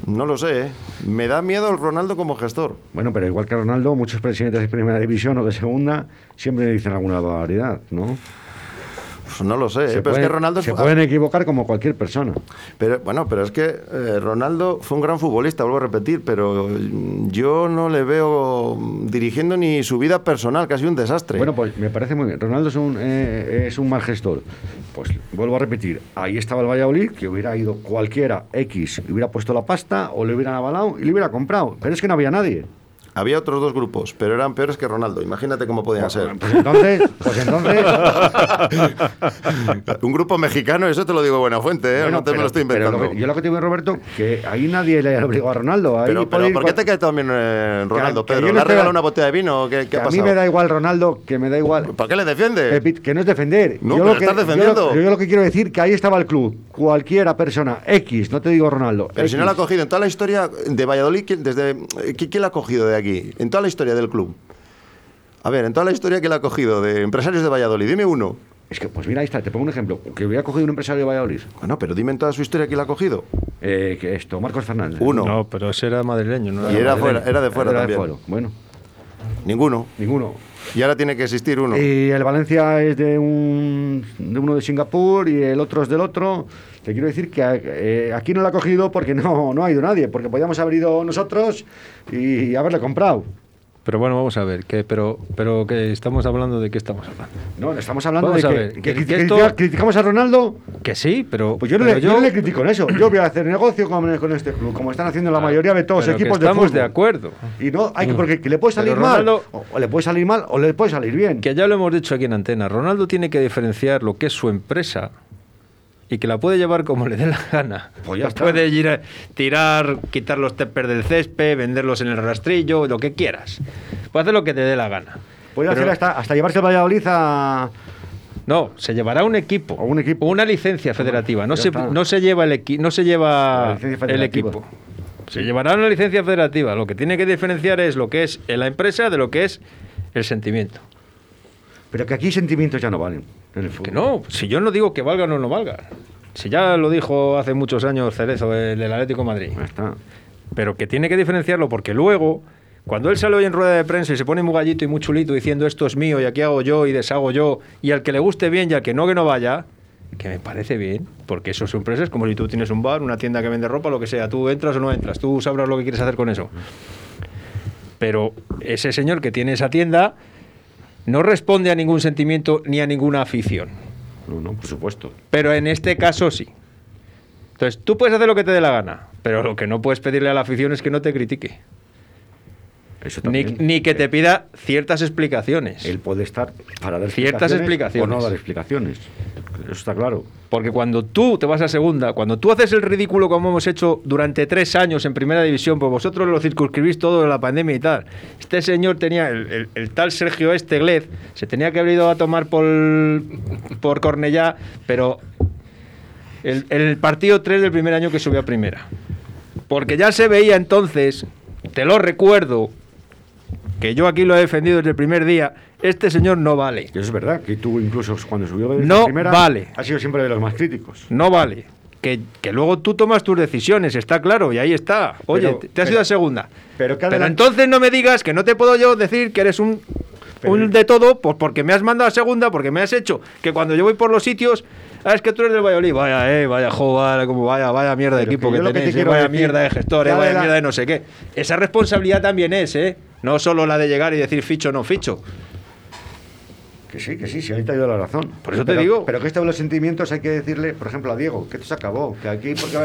[SPEAKER 2] No lo sé, ¿eh? me da miedo el Ronaldo como gestor.
[SPEAKER 4] Bueno, pero igual que Ronaldo, muchos presidentes de primera división o de segunda siempre dicen alguna barbaridad, ¿no?
[SPEAKER 2] Pues no lo sé, ¿eh?
[SPEAKER 4] se
[SPEAKER 2] pero es
[SPEAKER 4] pueden-
[SPEAKER 2] que Ronaldo
[SPEAKER 4] se
[SPEAKER 2] fue-
[SPEAKER 4] pueden equivocar como cualquier persona.
[SPEAKER 2] pero, bueno, pero es que eh, Ronaldo fue un gran futbolista, vuelvo a repetir, pero mm, yo no le veo mm, dirigiendo ni su vida personal, que ha sido un desastre.
[SPEAKER 4] Bueno, pues me parece muy bien. Ronaldo es un, eh, es un mal gestor. Pues vuelvo a repetir, ahí estaba el Valladolid, que hubiera ido cualquiera X, y hubiera puesto la pasta o le hubieran avalado y le hubiera comprado. Pero es que no había nadie.
[SPEAKER 2] Había otros dos grupos, pero eran peores que Ronaldo. Imagínate cómo podían ser.
[SPEAKER 4] Pues entonces, pues entonces.
[SPEAKER 2] Un grupo mexicano, eso te lo digo de buena fuente, ¿eh?
[SPEAKER 4] bueno,
[SPEAKER 2] no te me
[SPEAKER 4] pero-
[SPEAKER 2] lo estoy
[SPEAKER 4] pero
[SPEAKER 2] inventando.
[SPEAKER 4] lo que- yo lo que te digo, Roberto, que ahí nadie le obligó a Ronaldo. Ahí
[SPEAKER 2] Pero,
[SPEAKER 4] puede
[SPEAKER 2] pero
[SPEAKER 4] ir
[SPEAKER 2] ¿por qué
[SPEAKER 4] cual-
[SPEAKER 2] te cae también eh, Ronaldo,
[SPEAKER 4] que yo
[SPEAKER 2] Pedro?
[SPEAKER 4] no
[SPEAKER 2] ¿Le has
[SPEAKER 4] estoy-
[SPEAKER 2] regalado una botella de vino? ¿Qué, qué
[SPEAKER 4] que
[SPEAKER 2] ha
[SPEAKER 4] a mí
[SPEAKER 2] pasado?
[SPEAKER 4] me da igual Ronaldo, que me da igual. Eh,
[SPEAKER 2] ¿Para qué le defiende?
[SPEAKER 4] Epi- Que no es defender.
[SPEAKER 2] No, pero estás
[SPEAKER 4] lo-
[SPEAKER 2] defendiendo.
[SPEAKER 4] Yo, lo que quiero decir que ahí estaba el club. Cualquiera persona, X, no te digo Ronaldo.
[SPEAKER 2] Pero si
[SPEAKER 4] X.
[SPEAKER 2] no la ha cogido en toda la historia de Valladolid, ¿quién- desde, eh, ¿quién, quién la ha cogido de aquí? En toda la historia del club. A ver, en toda la historia, ¿quién la ha cogido de empresarios de Valladolid? Dime uno.
[SPEAKER 4] Es que, pues mira, ahí está, te pongo un ejemplo. Que hubiera cogido un empresario de Valladolid.
[SPEAKER 2] Bueno, pero dime en toda su historia quién la ha cogido.
[SPEAKER 4] Eh, que esto, Marcos Fernández.
[SPEAKER 2] Uno.
[SPEAKER 3] No, pero ese era madrileño, ¿no?
[SPEAKER 2] Y era
[SPEAKER 3] madrileño.
[SPEAKER 2] fuera, era de fuera
[SPEAKER 4] Era
[SPEAKER 2] también.
[SPEAKER 4] fuera. Bueno,
[SPEAKER 2] Ninguno.
[SPEAKER 4] ninguno.
[SPEAKER 2] Y ahora tiene que existir uno.
[SPEAKER 4] Y el Valencia es de, un, de uno de Singapur y el otro es del otro. Te quiero decir que eh, aquí no lo ha cogido porque no, no ha ido nadie, porque podíamos haber ido nosotros y haberle comprado.
[SPEAKER 3] Pero bueno, vamos a ver, que, pero, pero que estamos hablando de qué estamos hablando.
[SPEAKER 4] No, estamos hablando
[SPEAKER 3] Vamos
[SPEAKER 4] de
[SPEAKER 3] a
[SPEAKER 4] que,
[SPEAKER 3] ver,
[SPEAKER 4] que
[SPEAKER 3] que-
[SPEAKER 4] criti-
[SPEAKER 3] que esto-
[SPEAKER 4] criticamos a Ronaldo.
[SPEAKER 3] Que sí, pero.
[SPEAKER 4] Pues yo no,
[SPEAKER 3] pero Ah,
[SPEAKER 4] le, yo no le critico en eso. Yo voy a hacer negocio con, con este club, como están haciendo la mayoría de
[SPEAKER 3] Ah,
[SPEAKER 4] todos los
[SPEAKER 3] pero que
[SPEAKER 4] equipos
[SPEAKER 3] estamos
[SPEAKER 4] de fútbol.
[SPEAKER 3] de acuerdo. Mm.
[SPEAKER 4] Y no, hay que, porque que le puede
[SPEAKER 3] Pero
[SPEAKER 4] salir mal,
[SPEAKER 3] Ronaldo-
[SPEAKER 4] o, o le puede salir mal, o le puede salir bien.
[SPEAKER 3] Que ya lo hemos dicho aquí en antena. Ronaldo tiene que diferenciar lo que es su empresa y que la puede llevar como le dé la gana.
[SPEAKER 4] Pues ya
[SPEAKER 3] La
[SPEAKER 4] está.
[SPEAKER 3] Puede ir a tirar, quitar los tepers del césped, venderlos en el rastrillo, lo que quieras. Puede hacer lo que te dé la gana.
[SPEAKER 4] Puede
[SPEAKER 3] Pero-
[SPEAKER 4] hacer Pues hasta, hasta llevarse el Valladolid a...
[SPEAKER 3] No, se llevará un equipo.
[SPEAKER 4] O un equipo.
[SPEAKER 3] O una licencia federativa. No,
[SPEAKER 4] Ya
[SPEAKER 3] se,
[SPEAKER 4] está.
[SPEAKER 3] no se lleva el equi- no se
[SPEAKER 4] La
[SPEAKER 3] lleva
[SPEAKER 4] licencia
[SPEAKER 3] el
[SPEAKER 4] federativa.
[SPEAKER 3] equipo. Se llevará una licencia federativa. Lo que tiene que diferenciar es lo que es la empresa de lo que es el sentimiento.
[SPEAKER 4] Pero que aquí sentimientos ya no valen. en el fútbol.
[SPEAKER 3] Que no, si yo no digo que valga o no, no valga. Si ya lo dijo hace muchos años Cerezo, el del Atlético de Madrid.
[SPEAKER 4] Ya está.
[SPEAKER 3] Pero que tiene que diferenciarlo porque luego, cuando él sale hoy en rueda de prensa y se pone muy gallito y muy chulito diciendo esto es mío y aquí hago yo y deshago yo, y al que le guste bien y al que no, que no vaya, que me parece bien, porque eso son empresas como si tú tienes un bar, una tienda que vende ropa, lo que sea, tú entras o no entras, tú sabrás lo que quieres hacer con eso. Pero ese señor que tiene esa tienda no responde a ningún sentimiento ni a ninguna afición.
[SPEAKER 4] No, no, por supuesto.
[SPEAKER 3] Pero en este caso sí. Entonces, tú puedes hacer lo que te dé la gana, pero lo que no puedes pedirle a la afición es que no te critique.
[SPEAKER 4] Eso
[SPEAKER 3] Ni,
[SPEAKER 4] también.
[SPEAKER 3] ni que te pida ciertas explicaciones.
[SPEAKER 4] Él puede estar para dar
[SPEAKER 3] Ciertas
[SPEAKER 4] O no
[SPEAKER 3] explicaciones.
[SPEAKER 4] dar explicaciones. Eso está claro.
[SPEAKER 3] Porque cuando tú te vas a segunda, cuando tú haces el ridículo como hemos hecho durante tres años en primera división, pues vosotros lo circunscribís todo en la pandemia y tal. Este señor tenía, el, el- el tal Sergio Este Glez, se tenía que haber ido a tomar por, por Cornellá, pero el, el partido 3 del primer año que subió a primera. Porque ya se veía entonces, te lo recuerdo, que yo aquí lo he defendido desde el primer día, este señor no vale.
[SPEAKER 4] Y eso es verdad, que tú incluso cuando subió a la
[SPEAKER 3] No
[SPEAKER 4] primera,
[SPEAKER 3] vale.
[SPEAKER 4] ha sido siempre de los más críticos.
[SPEAKER 3] No vale. Que, que luego tú tomas tus decisiones, está claro, y ahí está. Oye,
[SPEAKER 4] Pero-
[SPEAKER 3] te, te has
[SPEAKER 4] pero-
[SPEAKER 3] ido a segunda.
[SPEAKER 4] pero que adelan-
[SPEAKER 3] entonces no me digas que no te puedo yo decir que eres un,
[SPEAKER 4] Pero-
[SPEAKER 3] un de todo por- porque me has mandado a segunda, porque me has hecho que cuando yo voy por los sitios, ah, es que tú eres del Valladolid. Vaya, eh, vaya, jo, vaya, como vaya, vaya mierda de
[SPEAKER 4] Pero
[SPEAKER 3] equipo
[SPEAKER 4] que
[SPEAKER 3] que,
[SPEAKER 4] yo lo que te
[SPEAKER 3] tenéis, eh,
[SPEAKER 4] quiero
[SPEAKER 3] vaya
[SPEAKER 4] decir-
[SPEAKER 3] mierda de gestores,
[SPEAKER 4] que
[SPEAKER 3] vaya
[SPEAKER 4] adelan-
[SPEAKER 3] mierda de no sé qué. Esa responsabilidad también es, ¿eh? No solo la de llegar y decir ficho o no ficho.
[SPEAKER 4] Que sí, que sí, sí, ahí te ha ido la razón.
[SPEAKER 3] Por eso te
[SPEAKER 4] Pero-
[SPEAKER 3] digo.
[SPEAKER 4] Pero que esto de los sentimientos hay que decirle, por ejemplo, a Diego, que esto se acabó, que aquí porque va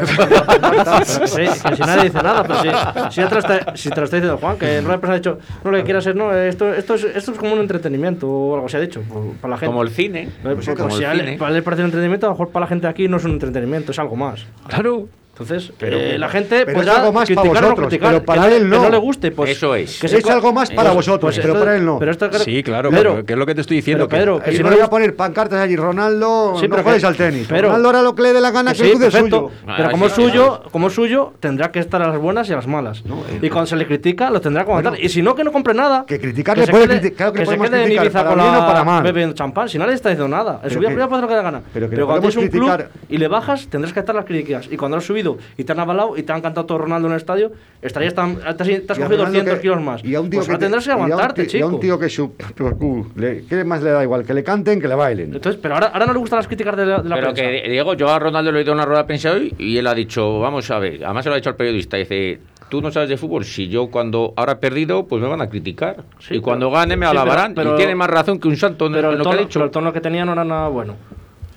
[SPEAKER 4] a
[SPEAKER 6] Sí, que si nadie dice nada, pero si, si, ya te lo está, si te lo está diciendo Juan, que el Real Press ha dicho, no lo que quieras es, no, esto, esto, es, esto es como un entretenimiento o algo se ha dicho, por- para la gente.
[SPEAKER 5] Como el cine.
[SPEAKER 6] Eh, pues,
[SPEAKER 5] como
[SPEAKER 6] si
[SPEAKER 5] el
[SPEAKER 6] a él-
[SPEAKER 5] cine.
[SPEAKER 6] para él parece un entretenimiento, a lo mejor para la gente aquí no es un entretenimiento, es algo más.
[SPEAKER 3] Claro.
[SPEAKER 6] Entonces,
[SPEAKER 4] Pero-
[SPEAKER 6] eh, la gente
[SPEAKER 4] pero
[SPEAKER 6] podrá
[SPEAKER 4] es algo más para
[SPEAKER 6] criticar o no
[SPEAKER 4] vosotros,
[SPEAKER 6] criticar,
[SPEAKER 4] pero para
[SPEAKER 6] que,
[SPEAKER 4] él no.
[SPEAKER 6] que le guste, pues
[SPEAKER 5] Eso es.
[SPEAKER 6] se
[SPEAKER 4] Es
[SPEAKER 6] co-
[SPEAKER 4] algo más para vosotros, pero para él no.
[SPEAKER 6] Pero esto,
[SPEAKER 3] Sí, claro,
[SPEAKER 6] Pedro,
[SPEAKER 3] pero que es lo que te estoy diciendo.
[SPEAKER 6] pero Pedro, que
[SPEAKER 4] Y no
[SPEAKER 6] si no
[SPEAKER 4] le
[SPEAKER 6] le
[SPEAKER 4] voy a
[SPEAKER 6] gust-
[SPEAKER 4] poner pancartas allí, Ronaldo,
[SPEAKER 6] Sí,
[SPEAKER 4] no
[SPEAKER 6] pero
[SPEAKER 4] juegues
[SPEAKER 6] que-
[SPEAKER 4] al tenis.
[SPEAKER 6] pero-
[SPEAKER 4] Ronaldo hará lo que le dé la gana, que,
[SPEAKER 6] sí,
[SPEAKER 4] el club es
[SPEAKER 6] perfecto,
[SPEAKER 4] suyo.
[SPEAKER 6] Pero
[SPEAKER 5] Ah,
[SPEAKER 6] como es
[SPEAKER 5] sí,
[SPEAKER 6] suyo, como es suyo, tendrá que estar a las buenas y a las malas. y cuando se le critica, lo tendrá que aguantar. y si no, que no compre nada.
[SPEAKER 4] eh, que criticarle
[SPEAKER 6] se
[SPEAKER 4] puede
[SPEAKER 6] quede-
[SPEAKER 4] criti- claro que le
[SPEAKER 6] se
[SPEAKER 4] podemos
[SPEAKER 6] quede en
[SPEAKER 4] criticar,
[SPEAKER 6] Ibiza
[SPEAKER 4] para
[SPEAKER 6] con
[SPEAKER 4] bien
[SPEAKER 6] la
[SPEAKER 4] o para mal.
[SPEAKER 6] bebiendo champán, si nadie le está diciendo nada. En
[SPEAKER 4] Pero
[SPEAKER 6] su vida
[SPEAKER 4] que-
[SPEAKER 6] privada puede hacer lo que le gana.
[SPEAKER 4] pero que le
[SPEAKER 6] cuando
[SPEAKER 4] podemos
[SPEAKER 6] tienes un
[SPEAKER 4] criticar-
[SPEAKER 6] club y le bajas, tendrás que estar las críticas. Y cuando lo has subido y te han avalado y te han cantado todo Ronaldo en el estadio, estarías tan, te has, te has
[SPEAKER 4] Y a
[SPEAKER 6] cogido
[SPEAKER 4] Ronaldo
[SPEAKER 6] 200
[SPEAKER 4] que-
[SPEAKER 6] kilos más.
[SPEAKER 4] Y a un tío
[SPEAKER 6] pues
[SPEAKER 4] que
[SPEAKER 6] ahora
[SPEAKER 4] te-
[SPEAKER 6] tendrás
[SPEAKER 4] y
[SPEAKER 6] que
[SPEAKER 4] a un
[SPEAKER 6] aguantarte,
[SPEAKER 4] tío-
[SPEAKER 6] chico.
[SPEAKER 4] Y a un tío que su. tú, le- ¿Qué más le da igual? Que le canten, que le bailen.
[SPEAKER 6] Entonces, pero ahora, ahora no le gustan las críticas de la, de la
[SPEAKER 5] Pero
[SPEAKER 6] prensa.
[SPEAKER 5] que Diego, yo a Ronaldo le he ido una rueda de prensa hoy y él ha dicho, vamos a ver, además se lo ha dicho al periodista, dice, tú no sabes de fútbol, si yo cuando ahora he perdido, pues me van a criticar.
[SPEAKER 6] Sí,
[SPEAKER 5] y cuando
[SPEAKER 6] pero-
[SPEAKER 5] gane me
[SPEAKER 6] sí, pero-
[SPEAKER 5] alabarán.
[SPEAKER 6] pero-
[SPEAKER 5] y tiene más razón que un santo en,
[SPEAKER 6] pero
[SPEAKER 5] en
[SPEAKER 6] el,
[SPEAKER 5] lo que
[SPEAKER 6] tono,
[SPEAKER 5] ha dicho.
[SPEAKER 6] pero el tono que tenía no era nada bueno.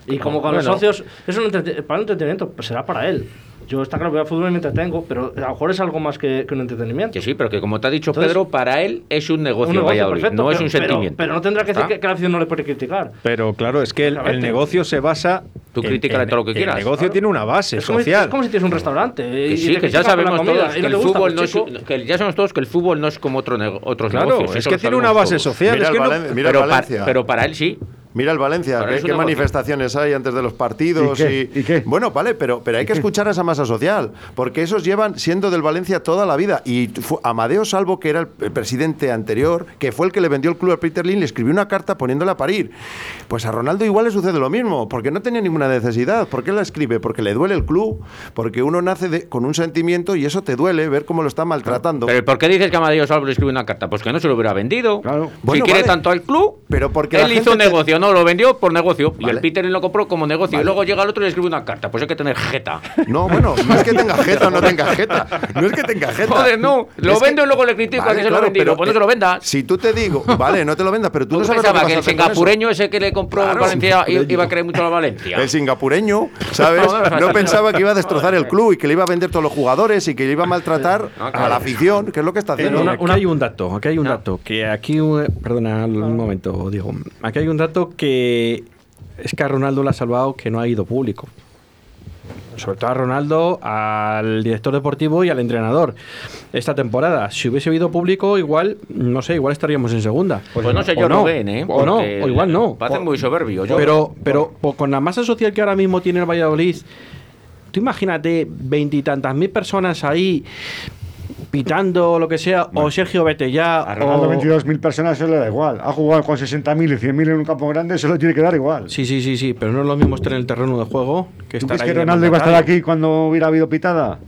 [SPEAKER 6] Y como con los
[SPEAKER 5] Bueno.
[SPEAKER 6] socios, es un entrete- para un entretenimiento, pues será para él. Yo está claro que voy a fútbol y me entretengo, pero a lo mejor es algo más que, que un entretenimiento.
[SPEAKER 5] Que sí, pero que como te ha dicho
[SPEAKER 6] Entonces-
[SPEAKER 5] Pedro, para él es un negocio,
[SPEAKER 6] un negocio
[SPEAKER 5] Valladolid,
[SPEAKER 6] perfecto,
[SPEAKER 5] no es
[SPEAKER 6] pero-
[SPEAKER 5] un
[SPEAKER 6] pero-
[SPEAKER 5] sentimiento.
[SPEAKER 6] Pero, no tendrá que decir
[SPEAKER 5] ¿Ah?
[SPEAKER 6] que, que la afición no le puede criticar.
[SPEAKER 3] Pero claro, es que el, el
[SPEAKER 6] Exactamente.
[SPEAKER 3] negocio se basa.
[SPEAKER 5] Tú critícale todo lo que quieras.
[SPEAKER 3] El negocio tiene una base
[SPEAKER 6] Es como, si-
[SPEAKER 3] social.
[SPEAKER 6] es como si tienes un restaurante. eh,
[SPEAKER 5] Que
[SPEAKER 6] y
[SPEAKER 5] sí,
[SPEAKER 6] te
[SPEAKER 5] que ya
[SPEAKER 6] critican por la
[SPEAKER 5] sabemos
[SPEAKER 6] comida
[SPEAKER 5] todos
[SPEAKER 6] y
[SPEAKER 5] que el
[SPEAKER 6] te gusta,
[SPEAKER 5] fútbol
[SPEAKER 6] pues,
[SPEAKER 5] no es,
[SPEAKER 6] chico,
[SPEAKER 5] que ya sabemos todos que el fútbol no es como otro nego- otros
[SPEAKER 3] Claro,
[SPEAKER 5] negocios.
[SPEAKER 3] es
[SPEAKER 5] eso
[SPEAKER 3] que
[SPEAKER 5] lo
[SPEAKER 3] tiene una
[SPEAKER 5] sabemos todos.
[SPEAKER 3] base social.
[SPEAKER 2] Mira
[SPEAKER 3] es
[SPEAKER 2] el
[SPEAKER 3] que no-
[SPEAKER 2] Valen- mira el
[SPEAKER 5] pero, para,
[SPEAKER 2] Valencia.
[SPEAKER 5] pero para él sí.
[SPEAKER 2] Mira el Valencia,
[SPEAKER 5] Para
[SPEAKER 2] ¿qué,
[SPEAKER 5] eso
[SPEAKER 2] qué
[SPEAKER 5] una-
[SPEAKER 2] manifestaciones hay antes de los partidos?
[SPEAKER 4] ¿Y qué? ¿Y qué?
[SPEAKER 2] Bueno, vale, pero, pero hay que escuchar a esa masa social, porque esos llevan siendo del Valencia toda la vida. Y fu- Amadeo Salvo, que era el, el presidente anterior, que fue el que le vendió el club a Peter Lin, le escribió una carta poniéndole a parir. Pues a Ronaldo igual le sucede lo mismo, porque no tenía ninguna necesidad. ¿Por qué la escribe? Porque le duele el club, porque uno nace de- con un sentimiento y eso te duele ver cómo lo está maltratando.
[SPEAKER 5] Pero ¿por qué dices que Amadeo Salvo le escribió una carta? Pues que no se lo hubiera vendido.
[SPEAKER 4] Claro.
[SPEAKER 5] Si
[SPEAKER 2] Bueno,
[SPEAKER 5] quiere
[SPEAKER 2] vale.
[SPEAKER 5] tanto al club,
[SPEAKER 2] Pero porque la
[SPEAKER 5] él hizo un
[SPEAKER 2] gente te-
[SPEAKER 5] negocio, no lo vendió por negocio. Y
[SPEAKER 2] Vale.
[SPEAKER 5] el Peter lo compró como negocio.
[SPEAKER 2] Vale.
[SPEAKER 5] Y luego llega el otro y le escribe una carta. Pues hay que tener jeta.
[SPEAKER 2] No, bueno, no es que tenga jeta o no tenga jeta. No es que tenga jeta.
[SPEAKER 5] Joder, no. Lo
[SPEAKER 2] que-
[SPEAKER 5] vendo y luego le critico a que se lo he vendido. Pues no se lo vendas.
[SPEAKER 2] eh, Si tú te digo, vale, no te lo vendas, pero tú
[SPEAKER 5] ¿Tú
[SPEAKER 2] no sabes lo que
[SPEAKER 5] pensabas
[SPEAKER 2] vas
[SPEAKER 5] que
[SPEAKER 2] a
[SPEAKER 5] el
[SPEAKER 2] hacer con eso.
[SPEAKER 5] singapureño ese que le compró
[SPEAKER 2] Claro,
[SPEAKER 5] a Valencia i-
[SPEAKER 2] singapureño.
[SPEAKER 5] iba a creer mucho a Valencia?
[SPEAKER 2] El singapureño, ¿sabes? No pensaba que iba a destrozar el club y que le iba a vender todos los jugadores y que le iba a maltratar a la afición, que es lo que está
[SPEAKER 1] Pero
[SPEAKER 2] haciendo.
[SPEAKER 1] una- una- hay un dato, aquí hay un dato, que aquí, eh, perdona un momento, Diego, aquí hay un dato que es que a Ronaldo le ha salvado que no ha ido público. Sobre todo a Ronaldo, al director deportivo y al entrenador. Esta temporada, si hubiese ido público, igual, no sé, igual estaríamos en segunda.
[SPEAKER 5] Pues no sé,
[SPEAKER 1] O
[SPEAKER 5] yo
[SPEAKER 1] no,
[SPEAKER 5] no ven, ¿eh?
[SPEAKER 1] o no,
[SPEAKER 5] Porque
[SPEAKER 1] o igual no.
[SPEAKER 5] Parecen muy soberbios. Pues yo-
[SPEAKER 1] Pero, pero po- con la masa social que ahora mismo tiene el Valladolid, tú imagínate veintitantas mil personas ahí pitando lo que sea, o Sergio vete ya,
[SPEAKER 4] A
[SPEAKER 1] o...
[SPEAKER 4] Ronaldo 22.000 personas se le da igual. Ha jugado con 60.000 y 100.000 en un campo grande, se lo tiene que dar igual.
[SPEAKER 1] Sí, sí, sí, sí, pero no es lo mismo estar en el terreno de juego que
[SPEAKER 4] ¿Tú
[SPEAKER 1] estar
[SPEAKER 4] crees
[SPEAKER 1] ahí
[SPEAKER 4] que
[SPEAKER 1] de
[SPEAKER 4] Ronaldo iba a estar
[SPEAKER 1] mandatario.
[SPEAKER 4] aquí cuando hubiera habido pitada?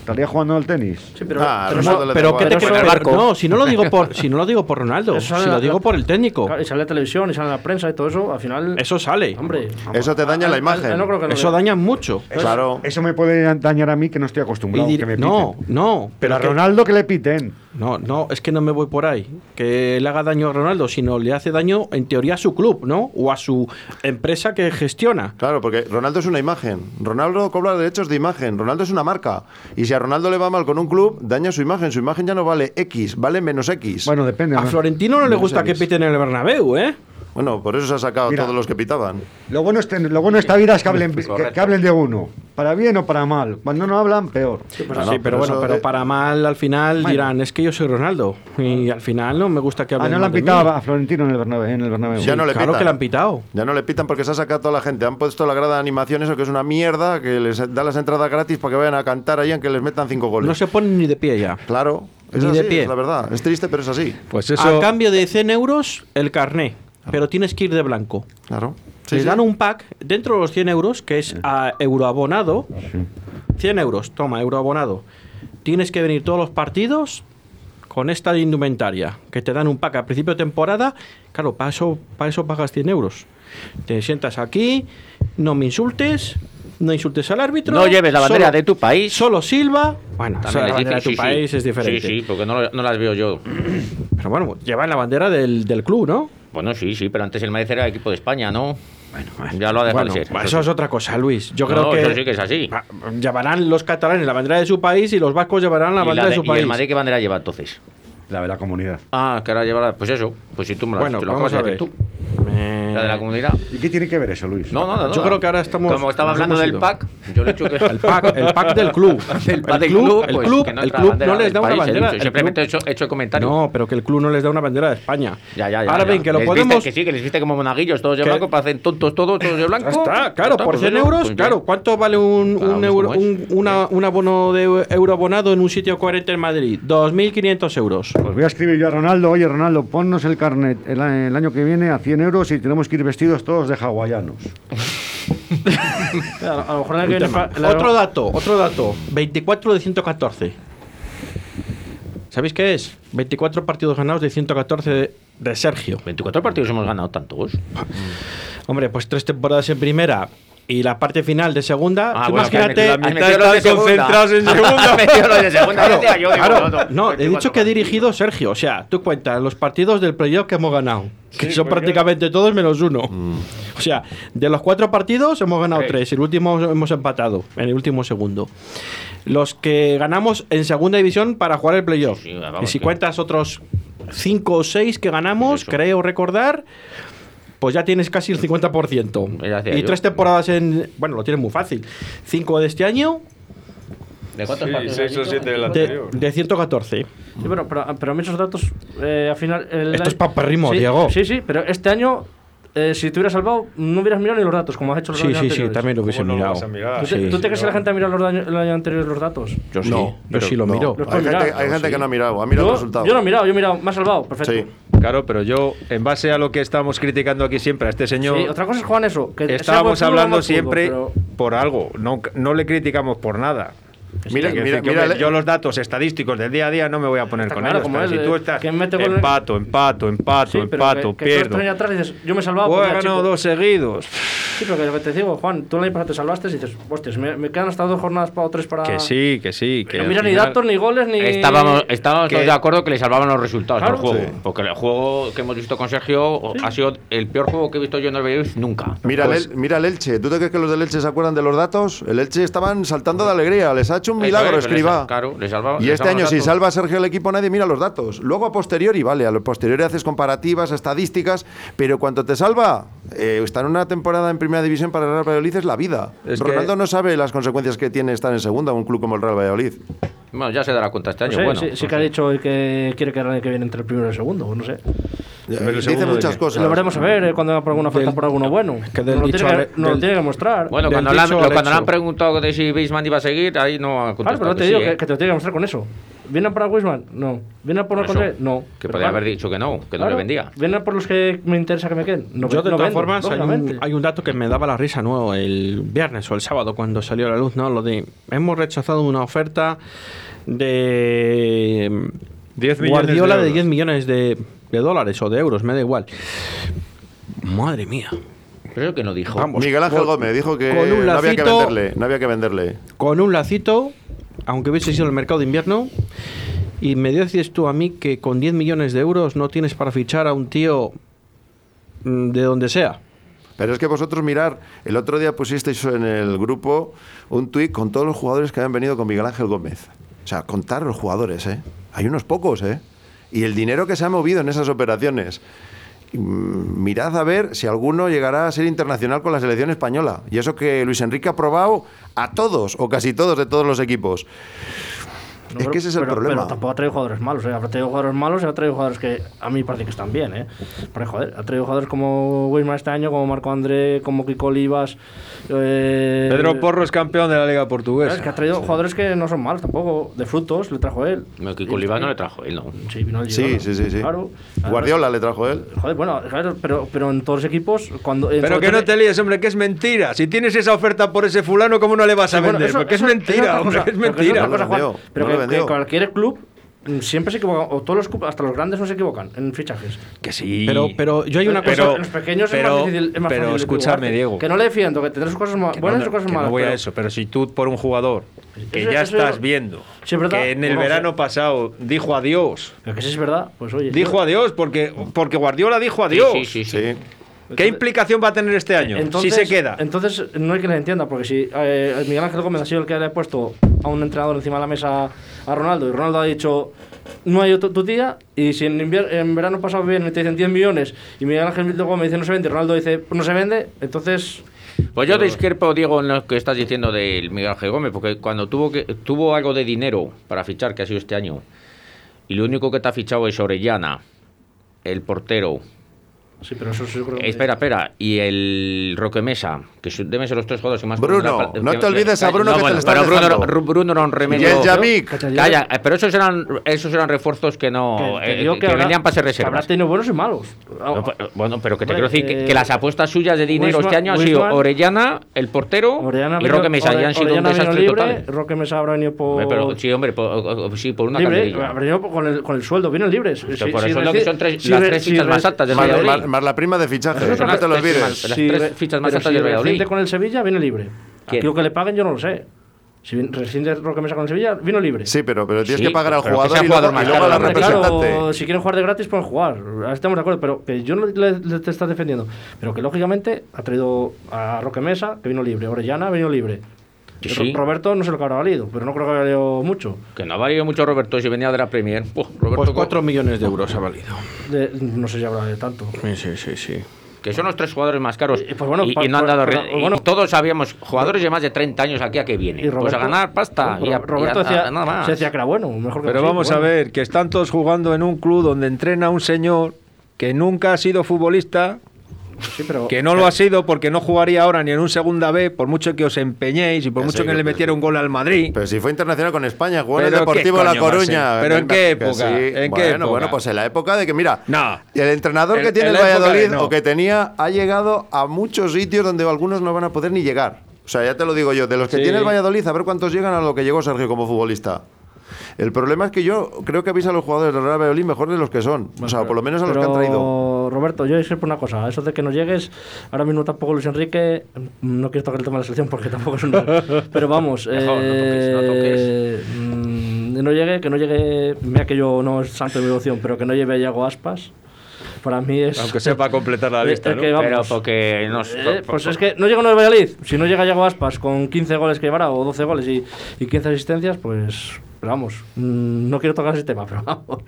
[SPEAKER 4] ¿Estaría jugando al tenis?
[SPEAKER 6] Sí, pero,
[SPEAKER 2] Ah,
[SPEAKER 6] pero
[SPEAKER 2] Ronaldo
[SPEAKER 6] eso-
[SPEAKER 2] le da
[SPEAKER 1] Pero
[SPEAKER 2] igual.
[SPEAKER 1] ¿qué te
[SPEAKER 5] Pero
[SPEAKER 1] creo?
[SPEAKER 5] en el barco.
[SPEAKER 1] No, si no lo digo por, si no lo digo por Ronaldo,
[SPEAKER 6] Eso
[SPEAKER 1] si
[SPEAKER 6] la-
[SPEAKER 1] lo digo
[SPEAKER 6] la-
[SPEAKER 1] por el técnico.
[SPEAKER 6] claro, y sale la televisión, y sale la prensa y todo eso, al final.
[SPEAKER 1] Eso sale.
[SPEAKER 6] Hombre.
[SPEAKER 2] Eso te daña la
[SPEAKER 6] a- a-
[SPEAKER 2] imagen.
[SPEAKER 6] a- no creo que lo
[SPEAKER 1] Eso
[SPEAKER 6] vea.
[SPEAKER 1] daña mucho.
[SPEAKER 2] Claro.
[SPEAKER 4] Eso me puede dañar a mí que no estoy
[SPEAKER 1] Y
[SPEAKER 4] acostumbrado.
[SPEAKER 1] dir-
[SPEAKER 4] que me
[SPEAKER 1] no,
[SPEAKER 4] piten.
[SPEAKER 1] no,
[SPEAKER 4] Pero a
[SPEAKER 1] es que-
[SPEAKER 4] Ronaldo que le piten.
[SPEAKER 1] No, no, es que no me voy por ahí. Que le haga daño a Ronaldo, sino le hace daño en teoría a su club, ¿no? O a su empresa que gestiona.
[SPEAKER 2] Claro, porque Ronaldo es una imagen. Ronaldo cobra derechos de imagen. Ronaldo es una marca. Y si a Ronaldo le va mal con un club, daña su imagen. Su imagen ya no vale X, vale menos X. Bueno,
[SPEAKER 4] Bueno, depende.
[SPEAKER 1] A
[SPEAKER 4] ¿no?
[SPEAKER 1] Florentino no le gusta que piten en el Bernabéu, ¿eh?
[SPEAKER 2] por eso se ha sacado
[SPEAKER 4] Mira.
[SPEAKER 2] todos los que pitaban.
[SPEAKER 4] Lo bueno, este- lo bueno de esta vida es que hablen, que- que,
[SPEAKER 5] Correcto.
[SPEAKER 4] hablen de uno. Para bien o para mal. Cuando no hablan, peor.
[SPEAKER 2] Ah, no,
[SPEAKER 1] sí,
[SPEAKER 2] pero
[SPEAKER 1] pero bueno,
[SPEAKER 2] eso
[SPEAKER 1] pero
[SPEAKER 2] de-
[SPEAKER 1] para mal al final
[SPEAKER 4] Bueno.
[SPEAKER 1] dirán, es que yo soy Ronaldo. Y al final no me gusta que
[SPEAKER 4] Ah,
[SPEAKER 1] hablen
[SPEAKER 4] no le han
[SPEAKER 1] mal de
[SPEAKER 4] pitado
[SPEAKER 1] mí.
[SPEAKER 4] a Florentino en el Bernabéu. en el Bernabéu.
[SPEAKER 2] Ya no le
[SPEAKER 1] Claro
[SPEAKER 2] pitan.
[SPEAKER 1] que le han pitado.
[SPEAKER 2] Ya no le pitan porque se ha sacado toda la gente. Han puesto la grada de animación, eso que es una mierda, que les da las entradas gratis para que vayan a cantar ahí, aunque les metan cinco goles.
[SPEAKER 1] No se ponen ni de pie ya.
[SPEAKER 2] Claro, es
[SPEAKER 1] Ni
[SPEAKER 2] así,
[SPEAKER 1] de pie.
[SPEAKER 2] es la verdad. Es triste, pero es así.
[SPEAKER 3] Pues
[SPEAKER 1] A
[SPEAKER 3] eso.
[SPEAKER 1] cambio de 100 euros, el carné.
[SPEAKER 4] Ah.
[SPEAKER 1] Pero tienes que ir de blanco.
[SPEAKER 2] Claro. Sí,
[SPEAKER 1] Les
[SPEAKER 2] sí.
[SPEAKER 1] dan un pack dentro de los 100 euros, que es a euroabonado. 100 euros, toma, euroabonado. Tienes que venir todos los partidos con esta indumentaria, que te dan un pack a principio de temporada. Claro, para eso, para eso pagas 100 euros. Te sientas aquí, no me insultes, no insultes al árbitro.
[SPEAKER 5] No lleves la bandera
[SPEAKER 1] solo-
[SPEAKER 5] de tu país.
[SPEAKER 1] Solo silba. Bueno, o sea,
[SPEAKER 5] También
[SPEAKER 1] la
[SPEAKER 5] les
[SPEAKER 1] bandera de
[SPEAKER 5] dicen,
[SPEAKER 1] tu
[SPEAKER 5] sí, sí.
[SPEAKER 1] país es diferente.
[SPEAKER 5] Sí, sí, porque no, lo- no las veo yo.
[SPEAKER 1] Pero bueno, llevan la bandera del, del club, ¿no?
[SPEAKER 5] Bueno, sí, sí, pero antes el Madrid era equipo de España, ¿no? ya lo ha dejado
[SPEAKER 1] Bueno,
[SPEAKER 5] de ser.
[SPEAKER 1] eso es otra cosa, Luis. Yo
[SPEAKER 5] No,
[SPEAKER 1] creo que.
[SPEAKER 5] eso sí que es así.
[SPEAKER 1] Ah, Llevarán los catalanes la bandera de su país y los vascos llevarán la
[SPEAKER 5] ¿Y, la
[SPEAKER 1] bandera de,
[SPEAKER 5] de-
[SPEAKER 1] su
[SPEAKER 5] y
[SPEAKER 1] país.
[SPEAKER 5] el Madrid qué bandera lleva entonces?
[SPEAKER 4] La de la comunidad.
[SPEAKER 5] Ah, que ahora llevará. Pues eso, pues si tú me lo, has-
[SPEAKER 1] Bueno,
[SPEAKER 5] te lo
[SPEAKER 1] vamos
[SPEAKER 5] acabas
[SPEAKER 1] a
[SPEAKER 5] de
[SPEAKER 1] ver.
[SPEAKER 5] decir tú.
[SPEAKER 1] Eh,
[SPEAKER 5] La de la comunidad.
[SPEAKER 4] ¿Y qué tiene que ver eso, Luis?
[SPEAKER 5] No, no, no.
[SPEAKER 1] Yo
[SPEAKER 5] no.
[SPEAKER 1] creo que ahora estamos-
[SPEAKER 5] Como estaba
[SPEAKER 1] nos
[SPEAKER 5] hablando
[SPEAKER 1] hemos
[SPEAKER 5] del
[SPEAKER 1] ido.
[SPEAKER 5] pack, yo le he dicho que.
[SPEAKER 1] el, pack, el pack del club.
[SPEAKER 5] El pack del club,
[SPEAKER 1] el
[SPEAKER 5] pues,
[SPEAKER 1] club,
[SPEAKER 5] que no
[SPEAKER 1] el
[SPEAKER 5] entra
[SPEAKER 1] club
[SPEAKER 5] bandera
[SPEAKER 1] no les
[SPEAKER 5] del
[SPEAKER 1] da una
[SPEAKER 5] país, he
[SPEAKER 1] bandera.
[SPEAKER 5] dicho,
[SPEAKER 1] el
[SPEAKER 5] Simplemente he
[SPEAKER 1] club-
[SPEAKER 5] hecho, he hecho el comentario.
[SPEAKER 1] No, pero que el club no les da una bandera de España.
[SPEAKER 5] Ya, ya, ya.
[SPEAKER 1] ahora
[SPEAKER 5] ya.
[SPEAKER 1] bien, que lo
[SPEAKER 5] Les viste
[SPEAKER 1] podemos.
[SPEAKER 5] Que sí, que les viste como monaguillos, todos de
[SPEAKER 1] Que-
[SPEAKER 5] blanco, parecen tontos todos, todos de
[SPEAKER 1] Ya
[SPEAKER 5] blanco.
[SPEAKER 1] está, claro,
[SPEAKER 5] Ya
[SPEAKER 1] por
[SPEAKER 5] pues
[SPEAKER 1] 100
[SPEAKER 5] eso,
[SPEAKER 1] euros,
[SPEAKER 5] pues ya.
[SPEAKER 1] claro. ¿Cuánto vale un,
[SPEAKER 5] Cada
[SPEAKER 1] un
[SPEAKER 5] uno
[SPEAKER 1] euro-
[SPEAKER 5] como es.
[SPEAKER 1] un- una- un abono de euro abonado en un sitio 40 en Madrid? 2.500 euros.
[SPEAKER 4] Pues voy a escribir yo a Ronaldo, oye Ronaldo, ponnos el carnet el, el año que viene a 100 euros y tenemos que ir vestidos todos de hawaianos.
[SPEAKER 6] A lo- a lo mejor en el que viene pa- la-
[SPEAKER 1] Otro dato, otro dato. 24 de 114. ¿Sabéis qué es? 24 partidos ganados de 114 de, de Sergio.
[SPEAKER 5] 24 partidos hemos ganado tantos.
[SPEAKER 1] Hombre, pues tres temporadas en primera y la parte final de segunda.
[SPEAKER 5] Ah,
[SPEAKER 1] Tú
[SPEAKER 5] bueno, que has
[SPEAKER 1] imagínate,
[SPEAKER 5] metido- has metido los de segunda. Has metido los de segunda,
[SPEAKER 1] Claro,
[SPEAKER 5] decía yo, digo,
[SPEAKER 1] claro.
[SPEAKER 5] no, no,
[SPEAKER 1] no, he
[SPEAKER 5] 24
[SPEAKER 1] dicho que ha dirigido Sergio. O sea, tú cuentas los partidos del playoff que hemos ganado. Que
[SPEAKER 5] pues
[SPEAKER 1] son prácticamente todos menos uno. O sea, de los cuatro partidos hemos ganado
[SPEAKER 5] Sí.
[SPEAKER 1] tres. y El último hemos empatado en el último segundo. Los que ganamos en segunda división para jugar el playoff.
[SPEAKER 5] Sí, sí, vamos,
[SPEAKER 1] y si
[SPEAKER 5] que-
[SPEAKER 1] cuentas otros cinco o seis que ganamos,
[SPEAKER 5] Eso.
[SPEAKER 1] creo recordar, pues ya tienes casi el 50%.
[SPEAKER 5] Ya decía
[SPEAKER 1] y
[SPEAKER 5] yo.
[SPEAKER 1] tres temporadas en. Bueno, lo tienes muy fácil. Cinco de este año,
[SPEAKER 5] ¿De cuántos
[SPEAKER 3] Sí,
[SPEAKER 5] partidos?
[SPEAKER 3] seis o siete de la
[SPEAKER 1] de,
[SPEAKER 3] anterior.
[SPEAKER 1] de 114.
[SPEAKER 6] Sí, pero, pero, pero a mí esos datos, eh, al final... el
[SPEAKER 1] Esto
[SPEAKER 6] año-
[SPEAKER 1] es paparrimo,
[SPEAKER 6] sí,
[SPEAKER 1] Diego.
[SPEAKER 6] Sí, sí, pero este año eh, si te hubieras salvado, no hubieras mirado ni los datos, como has hecho los
[SPEAKER 1] Sí,
[SPEAKER 6] años
[SPEAKER 1] sí, sí,
[SPEAKER 6] anteriores.
[SPEAKER 1] también lo hubiese
[SPEAKER 3] ¿Cómo no
[SPEAKER 1] mirado.
[SPEAKER 3] vas a mirar?
[SPEAKER 6] ¿Tú, te,
[SPEAKER 1] Sí.
[SPEAKER 6] tú te crees que la gente ha mirado los daño- el año anterior los datos?
[SPEAKER 5] Yo sí.
[SPEAKER 1] no, yo
[SPEAKER 5] pero-
[SPEAKER 1] sí lo
[SPEAKER 2] No,
[SPEAKER 1] miro.
[SPEAKER 6] Los
[SPEAKER 2] hay
[SPEAKER 6] puedes
[SPEAKER 2] gente,
[SPEAKER 6] mirar.
[SPEAKER 2] hay gente que no ha mirado, ha mirado
[SPEAKER 6] yo,
[SPEAKER 2] el resultado.
[SPEAKER 6] yo no he mirado, yo he mirado, me ha salvado, perfecto.
[SPEAKER 2] Sí.
[SPEAKER 3] Claro, pero yo, en base a lo que estamos criticando aquí siempre a este señor,
[SPEAKER 6] Sí, otra cosa es Juan eso. Que sea
[SPEAKER 3] estábamos
[SPEAKER 6] buen fútbol o
[SPEAKER 3] hablando
[SPEAKER 6] mal fútbol,
[SPEAKER 3] siempre
[SPEAKER 6] pero-
[SPEAKER 3] por algo. No, no le criticamos por nada.
[SPEAKER 2] Mira, mira,
[SPEAKER 3] Quiero decir que,
[SPEAKER 2] mira,
[SPEAKER 3] hombre,
[SPEAKER 2] le-
[SPEAKER 3] yo los datos estadísticos del día a día no me voy a poner
[SPEAKER 6] Está
[SPEAKER 3] con
[SPEAKER 6] claro,
[SPEAKER 3] ellos.
[SPEAKER 6] como
[SPEAKER 3] pero
[SPEAKER 6] es,
[SPEAKER 3] si tú
[SPEAKER 6] eh,
[SPEAKER 3] estás
[SPEAKER 6] ¿quién mete goles?
[SPEAKER 3] empato, empato, empato,
[SPEAKER 6] Sí, pero
[SPEAKER 3] empato,
[SPEAKER 6] que, Que tú
[SPEAKER 3] pierdo.
[SPEAKER 6] estás ahí atrás y dices, yo me he salvado.
[SPEAKER 3] Bueno,
[SPEAKER 6] pues
[SPEAKER 3] he
[SPEAKER 6] ya,
[SPEAKER 3] ganado
[SPEAKER 6] chico.
[SPEAKER 3] dos seguidos.
[SPEAKER 6] Sí, pero que lo que te digo, Juan, tú el año pasado te salvaste y dices, hostias, me, me quedan hasta dos jornadas para o tres para.
[SPEAKER 3] Que sí, que sí. Que
[SPEAKER 6] Ah. No
[SPEAKER 3] al
[SPEAKER 6] mira ni
[SPEAKER 3] final-
[SPEAKER 6] datos, ni goles, ni.
[SPEAKER 5] Estábamos, estábamos
[SPEAKER 3] que-
[SPEAKER 5] todos de acuerdo que le salvaban los resultados
[SPEAKER 6] Claro.
[SPEAKER 5] del juego.
[SPEAKER 2] Sí.
[SPEAKER 5] Porque el juego que hemos visto con Sergio o- ha sido el peor juego que he visto yo en el Valladolid nunca.
[SPEAKER 2] Mira,
[SPEAKER 6] Pues-
[SPEAKER 2] el, mira el Elche. ¿Tú te crees que los del Elche se acuerdan de los datos? El Elche estaban saltando de alegría. Les ha hecho un
[SPEAKER 5] Eso
[SPEAKER 2] milagro,
[SPEAKER 5] es, le
[SPEAKER 2] escriba.
[SPEAKER 5] sal- claro, le salvaba-
[SPEAKER 2] y
[SPEAKER 5] le
[SPEAKER 2] este
[SPEAKER 5] salvan
[SPEAKER 2] año,
[SPEAKER 5] los
[SPEAKER 2] si
[SPEAKER 5] datos.
[SPEAKER 2] salva a Sergio el equipo, nadie mira los datos. Luego a posteriori, vale, a lo posteriori haces comparativas, estadísticas, pero cuando te salva, eh, estar una temporada en primera división para el Real Valladolid es la vida.
[SPEAKER 3] Es que-
[SPEAKER 2] Ronaldo no sabe las consecuencias que tiene estar en segunda un club como el Real Valladolid.
[SPEAKER 5] Bueno, ya se dará cuenta este
[SPEAKER 6] No
[SPEAKER 5] año.
[SPEAKER 6] sé,
[SPEAKER 5] bueno,
[SPEAKER 6] Pues sí, sí que ha dicho hoy que quiere quedar el año que viene entre el primero y el segundo, pues no sé.
[SPEAKER 3] el
[SPEAKER 2] Dice
[SPEAKER 3] segundo de
[SPEAKER 2] muchas
[SPEAKER 3] qué?
[SPEAKER 2] cosas.
[SPEAKER 6] lo veremos a ver eh, cuando haga por alguna falta
[SPEAKER 1] Del-
[SPEAKER 6] por alguno bueno.
[SPEAKER 1] que del
[SPEAKER 6] nos lo
[SPEAKER 1] dicho
[SPEAKER 6] tiene
[SPEAKER 1] al-
[SPEAKER 6] que, nos lo
[SPEAKER 1] del-
[SPEAKER 6] tiene que mostrar.
[SPEAKER 5] Bueno,
[SPEAKER 1] Del
[SPEAKER 5] cuando, le han,
[SPEAKER 1] dicho al
[SPEAKER 5] cuando le han
[SPEAKER 1] hecho.
[SPEAKER 5] preguntado de si Beisman iba a seguir, ahí no ha
[SPEAKER 6] Claro,
[SPEAKER 5] contestado.
[SPEAKER 6] pero no te
[SPEAKER 5] que
[SPEAKER 6] digo
[SPEAKER 5] sí,
[SPEAKER 6] que,
[SPEAKER 5] ¿eh?
[SPEAKER 6] que te lo tiene que mostrar con eso. ¿Viene a por Wisman? No. ¿Viene a por
[SPEAKER 5] Por
[SPEAKER 6] los contra?
[SPEAKER 5] eso,
[SPEAKER 6] No.
[SPEAKER 5] Que
[SPEAKER 6] Pero
[SPEAKER 5] podría
[SPEAKER 6] vale.
[SPEAKER 5] haber dicho que no, que no
[SPEAKER 6] Claro.
[SPEAKER 5] le vendía.
[SPEAKER 6] ¿Viene a por los que me interesa que me queden? No,
[SPEAKER 1] Yo, de
[SPEAKER 6] no
[SPEAKER 1] todas
[SPEAKER 6] vendo,
[SPEAKER 1] formas, hay un,
[SPEAKER 6] lógicamente.
[SPEAKER 1] hay un dato que me daba la risa, ¿no? El viernes o el sábado, cuando salió a la luz, ¿no? Lo de. Hemos rechazado una oferta de. mm,
[SPEAKER 3] 10 millones
[SPEAKER 1] Guardiola
[SPEAKER 3] de
[SPEAKER 1] de,
[SPEAKER 3] euros.
[SPEAKER 1] 10 millones de, de dólares o de euros, me da igual. Madre mía.
[SPEAKER 5] Creo que no dijo.
[SPEAKER 1] Vamos.
[SPEAKER 2] Miguel Ángel
[SPEAKER 1] Con-
[SPEAKER 2] Gómez dijo que
[SPEAKER 1] con un
[SPEAKER 2] no había que
[SPEAKER 1] lacito-
[SPEAKER 2] venderle. No había que venderle.
[SPEAKER 1] Con un lacito, aunque hubiese sido el mercado de invierno. Y me dices tú a mí que con 10 millones de euros no tienes para fichar a un tío mm, de donde sea.
[SPEAKER 2] Pero es que vosotros mirar, el otro día pusisteis en el grupo un tuit con todos los jugadores que habían venido con Miguel Ángel Gómez. O sea, contar los jugadores, ¿eh? Hay unos pocos, ¿eh? Y el dinero que se ha movido en esas operaciones. Mm, Mirad a ver si alguno llegará a ser internacional con la selección española. Y eso que Luis Enrique ha probado a todos, o casi todos, de todos los equipos.
[SPEAKER 6] No,
[SPEAKER 2] es
[SPEAKER 6] pero-
[SPEAKER 2] que ese es el
[SPEAKER 6] pero-
[SPEAKER 2] problema.
[SPEAKER 6] Pero tampoco ha traído jugadores malos, ¿eh? Ha traído jugadores malos y ha traído jugadores que a mí parece que están bien, ¿eh? Porque, joder, ha traído jugadores como Wisman este año, como Marco André, como Kiko Olivas. eh,
[SPEAKER 3] Pedro Porro es campeón de la Liga
[SPEAKER 2] Pues,
[SPEAKER 6] Claro, es que ha
[SPEAKER 3] Portuguesa.
[SPEAKER 6] traído jugadores que no son malos tampoco. De frutos le trajo él.
[SPEAKER 5] No, que Culibán no le trajo él, no.
[SPEAKER 6] Sí, vino el
[SPEAKER 2] Sí,
[SPEAKER 6] Girona,
[SPEAKER 2] sí, sí. sí.
[SPEAKER 6] Claro.
[SPEAKER 2] Guardiola le trajo él.
[SPEAKER 6] Joder, bueno, claro, pero, pero en todos los equipos, cuando. en
[SPEAKER 3] Pero
[SPEAKER 6] sobre
[SPEAKER 3] que no
[SPEAKER 6] todo-
[SPEAKER 3] te líes, hombre, que es mentira. Si tienes esa oferta por ese fulano, ¿cómo no le vas a
[SPEAKER 6] Sí, bueno,
[SPEAKER 3] vender?
[SPEAKER 6] eso-
[SPEAKER 3] Porque
[SPEAKER 6] eso-
[SPEAKER 3] es
[SPEAKER 6] eso
[SPEAKER 3] mentira,
[SPEAKER 6] otra
[SPEAKER 3] hombre,
[SPEAKER 6] cosa,
[SPEAKER 3] es
[SPEAKER 6] pero que eso
[SPEAKER 3] mentira.
[SPEAKER 6] otra cosa,
[SPEAKER 2] No lo vendió,
[SPEAKER 6] Juan, Pero
[SPEAKER 2] no lo
[SPEAKER 6] que- que
[SPEAKER 2] vendió.
[SPEAKER 6] cualquier club mm, siempre se equivoca, o todos los clubes, hasta los grandes no se equivocan en fichajes.
[SPEAKER 3] Que sí.
[SPEAKER 1] Pero- pero yo hay una cosa-
[SPEAKER 6] en los pequeños
[SPEAKER 3] pero,
[SPEAKER 6] es más difícil. Es más
[SPEAKER 3] pero
[SPEAKER 6] fácil de
[SPEAKER 3] escúchame,
[SPEAKER 6] equivocarte.
[SPEAKER 3] Diego.
[SPEAKER 6] Que no le defiendo, que tendrá sus cosas ma-
[SPEAKER 3] que
[SPEAKER 6] buenas y
[SPEAKER 3] no,
[SPEAKER 6] sus cosas
[SPEAKER 3] que no
[SPEAKER 6] malas.
[SPEAKER 3] voy a
[SPEAKER 6] pero-
[SPEAKER 3] eso, pero si tú por un jugador que
[SPEAKER 6] Eso-
[SPEAKER 3] ya
[SPEAKER 6] eso-
[SPEAKER 3] estás viendo
[SPEAKER 6] Sí, es verdad.
[SPEAKER 3] que en el
[SPEAKER 6] Bueno,
[SPEAKER 3] verano pasado dijo adiós,
[SPEAKER 6] Pero que si es verdad, pues oye.
[SPEAKER 3] dijo
[SPEAKER 6] yo-
[SPEAKER 3] adiós porque, porque Guardiola dijo
[SPEAKER 5] Sí,
[SPEAKER 3] adiós.
[SPEAKER 5] sí, sí, sí.
[SPEAKER 2] Sí.
[SPEAKER 3] ¿Qué implicación va a tener este año?
[SPEAKER 6] Entonces,
[SPEAKER 3] si se queda.
[SPEAKER 6] Entonces, no hay que les entienda, porque si eh, Miguel Ángel Gómez ha sido el que le ha puesto a un entrenador encima de la mesa a Ronaldo, y Ronaldo ha dicho, no hay otro tu tía, y si en, invier- en verano pasado bien y te dicen 10 millones, y Miguel Ángel Gómez dice no se vende, y Ronaldo dice "Pues no se vende, entonces,
[SPEAKER 5] Pues yo discrepo, Diego, en lo que estás diciendo del Miguel Ángel Gómez, porque cuando tuvo, que, tuvo algo de dinero para fichar, que ha sido este año, y lo único que te ha fichado es Orellana, el portero,
[SPEAKER 6] sí, pero eso sí, yo creo que...
[SPEAKER 5] Eh, Espera, espera. Y el Roque Mesa, que su- deben ser los tres jugadores que más...
[SPEAKER 2] Bruno,
[SPEAKER 5] la pal-
[SPEAKER 2] no
[SPEAKER 5] que-
[SPEAKER 2] te olvides a
[SPEAKER 5] que-
[SPEAKER 2] Bruno que te le están
[SPEAKER 5] pero Bruno,
[SPEAKER 2] dejando.
[SPEAKER 5] Ru- Bruno era un remedio...
[SPEAKER 2] Y el Yamik.
[SPEAKER 5] Calla, eh, pero esos eran, esos eran refuerzos que no...
[SPEAKER 6] Que-
[SPEAKER 5] eh,
[SPEAKER 6] que digo
[SPEAKER 5] que
[SPEAKER 6] que habrá-
[SPEAKER 5] venían para ser
[SPEAKER 6] que Habrá
[SPEAKER 5] reservas.
[SPEAKER 6] tenido buenos y malos.
[SPEAKER 5] No, pa- bueno, pero que te
[SPEAKER 6] Oh.
[SPEAKER 5] quiero
[SPEAKER 6] Hombre,
[SPEAKER 5] decir que,
[SPEAKER 6] eh,
[SPEAKER 5] que las apuestas suyas de dinero
[SPEAKER 6] Wisman-
[SPEAKER 5] este año han sido
[SPEAKER 6] Wisman-
[SPEAKER 5] Orellana, el portero
[SPEAKER 6] Orellana
[SPEAKER 5] y
[SPEAKER 6] vino-
[SPEAKER 5] Roque Mesa.
[SPEAKER 6] Ore-
[SPEAKER 5] y han sido
[SPEAKER 6] Orellana
[SPEAKER 5] un
[SPEAKER 6] vino
[SPEAKER 5] desastre
[SPEAKER 6] libre,
[SPEAKER 5] total.
[SPEAKER 6] Roque Mesa habrá venido por...
[SPEAKER 5] Hombre, pero, sí, hombre, por, o- o- sí, por una
[SPEAKER 6] libre,
[SPEAKER 5] calderilla.
[SPEAKER 6] habrá venido con el, con el sueldo, vienen libres.
[SPEAKER 5] Pero por el sueldo
[SPEAKER 6] reci-
[SPEAKER 5] que son tres-
[SPEAKER 6] si
[SPEAKER 5] las
[SPEAKER 6] re-
[SPEAKER 5] tres
[SPEAKER 6] si
[SPEAKER 5] fichas
[SPEAKER 6] re-
[SPEAKER 5] más altas del
[SPEAKER 6] si
[SPEAKER 2] Más,
[SPEAKER 5] Valladolid.
[SPEAKER 2] más- más la prima de fichajes,
[SPEAKER 5] Eso es
[SPEAKER 2] no te lo
[SPEAKER 5] una-
[SPEAKER 2] olvides.
[SPEAKER 5] es una- las tres
[SPEAKER 6] re-
[SPEAKER 5] fichas más
[SPEAKER 6] pero
[SPEAKER 5] altas
[SPEAKER 6] si
[SPEAKER 5] del Valladolid.
[SPEAKER 6] rescinde con el Sevilla, vino libre.
[SPEAKER 5] ¿Quién?
[SPEAKER 6] Aquí lo que le paguen yo no lo sé. Si vin- rescinde Roque Mesa con el Sevilla, vino libre.
[SPEAKER 2] Sí, pero, pero tienes
[SPEAKER 5] Sí,
[SPEAKER 2] que pagar al
[SPEAKER 5] pero que
[SPEAKER 2] jugador
[SPEAKER 5] sea
[SPEAKER 2] y luego,
[SPEAKER 5] jugador
[SPEAKER 2] y
[SPEAKER 5] más
[SPEAKER 2] luego a la
[SPEAKER 5] caro,
[SPEAKER 6] Hombre,
[SPEAKER 5] hombre,
[SPEAKER 2] representante.
[SPEAKER 6] claro, si quieren jugar de gratis, pueden jugar. Ahí Estamos de acuerdo, pero que yo no le, le- te estás defendiendo. Pero que lógicamente ha traído a Roque Mesa, que vino libre. Orellana, ha venido libre.
[SPEAKER 5] Sí,
[SPEAKER 6] Ro-
[SPEAKER 5] sí.
[SPEAKER 6] Roberto no sé lo que habrá valido, pero no creo que habrá valido mucho.
[SPEAKER 5] Que no ha valido mucho Roberto si venía de la Premier. Buah, Roberto
[SPEAKER 1] Pues
[SPEAKER 5] Co-
[SPEAKER 1] 4 millones de euros ha valido.
[SPEAKER 6] De- no sé si habrá valido tanto.
[SPEAKER 1] Sí, sí, sí. sí.
[SPEAKER 5] Que son los tres jugadores más caros.
[SPEAKER 6] Y, pues bueno,
[SPEAKER 5] y,
[SPEAKER 6] pa-
[SPEAKER 5] y no han
[SPEAKER 6] pa-
[SPEAKER 5] dado.
[SPEAKER 6] pa-
[SPEAKER 5] re- y
[SPEAKER 6] bueno.
[SPEAKER 5] todos sabíamos, jugadores de más de 30 años aquí a qué viene.
[SPEAKER 6] Y
[SPEAKER 5] pues a
[SPEAKER 6] Roberto-
[SPEAKER 5] ganar pasta.
[SPEAKER 6] Ro-
[SPEAKER 5] y a-
[SPEAKER 6] Roberto
[SPEAKER 5] y a-
[SPEAKER 6] decía,
[SPEAKER 5] a- nada más.
[SPEAKER 6] se decía que era bueno, mejor que
[SPEAKER 3] Pero
[SPEAKER 6] Francisco,
[SPEAKER 3] vamos a
[SPEAKER 6] bueno.
[SPEAKER 3] ver, que están todos jugando en un club donde entrena un señor que nunca ha sido futbolista
[SPEAKER 6] Sí, pero
[SPEAKER 3] Que no lo ha sido porque no jugaría ahora ni en un segunda B, por mucho que os empeñéis y por
[SPEAKER 2] Ya
[SPEAKER 3] mucho
[SPEAKER 2] sé
[SPEAKER 3] que,
[SPEAKER 2] que-
[SPEAKER 3] le metiera un gol al Madrid.
[SPEAKER 2] Pero si fue internacional con España, jugó en el
[SPEAKER 3] Pero qué
[SPEAKER 2] Deportivo La
[SPEAKER 3] coño va a
[SPEAKER 2] Coruña.
[SPEAKER 3] ser. Pero ¿en
[SPEAKER 2] Venga,
[SPEAKER 3] qué
[SPEAKER 2] que
[SPEAKER 3] época, ¿en qué
[SPEAKER 2] bueno,
[SPEAKER 3] época?
[SPEAKER 2] bueno, pues en la época de que, mira,
[SPEAKER 3] No.
[SPEAKER 2] el entrenador
[SPEAKER 3] En-
[SPEAKER 2] que tiene
[SPEAKER 3] en
[SPEAKER 2] el
[SPEAKER 3] la época
[SPEAKER 2] Valladolid
[SPEAKER 3] de no.
[SPEAKER 2] o que tenía ha llegado a muchos sitios donde algunos no van a poder ni llegar. O sea, ya te lo digo yo, de los que
[SPEAKER 3] Sí.
[SPEAKER 2] tiene el Valladolid, a ver cuántos llegan a lo que llegó Sergio como futbolista. El problema es que yo creo que avisa a los jugadores del Real Valladolid mejor de los que son. o sea, por lo menos a los que han traído.
[SPEAKER 6] Roberto, yo sé por una cosa, eso de que no llegues, ahora mismo tampoco Luis Enrique, mm, no quiero tocar el tema de la selección porque tampoco es un... pero vamos,
[SPEAKER 5] Mejor, no toques, no toques.
[SPEAKER 6] eh, mm, no llegue, que no llegue, mira que yo no es santo de mi devoción, pero que no lleve a Iago Aspas, para mí es...
[SPEAKER 3] Aunque sepa completar la
[SPEAKER 6] Eh,
[SPEAKER 3] lista,
[SPEAKER 6] eh,
[SPEAKER 3] ¿no?
[SPEAKER 6] que vamos,
[SPEAKER 5] Pero porque no
[SPEAKER 6] eh, pues es que no llega el Valladolid, si no llega Iago Aspas con 15 goles que llevará o 12 goles y, y 15 asistencias, pues... Pero vamos, mm, no quiero tocar ese tema, pero vamos.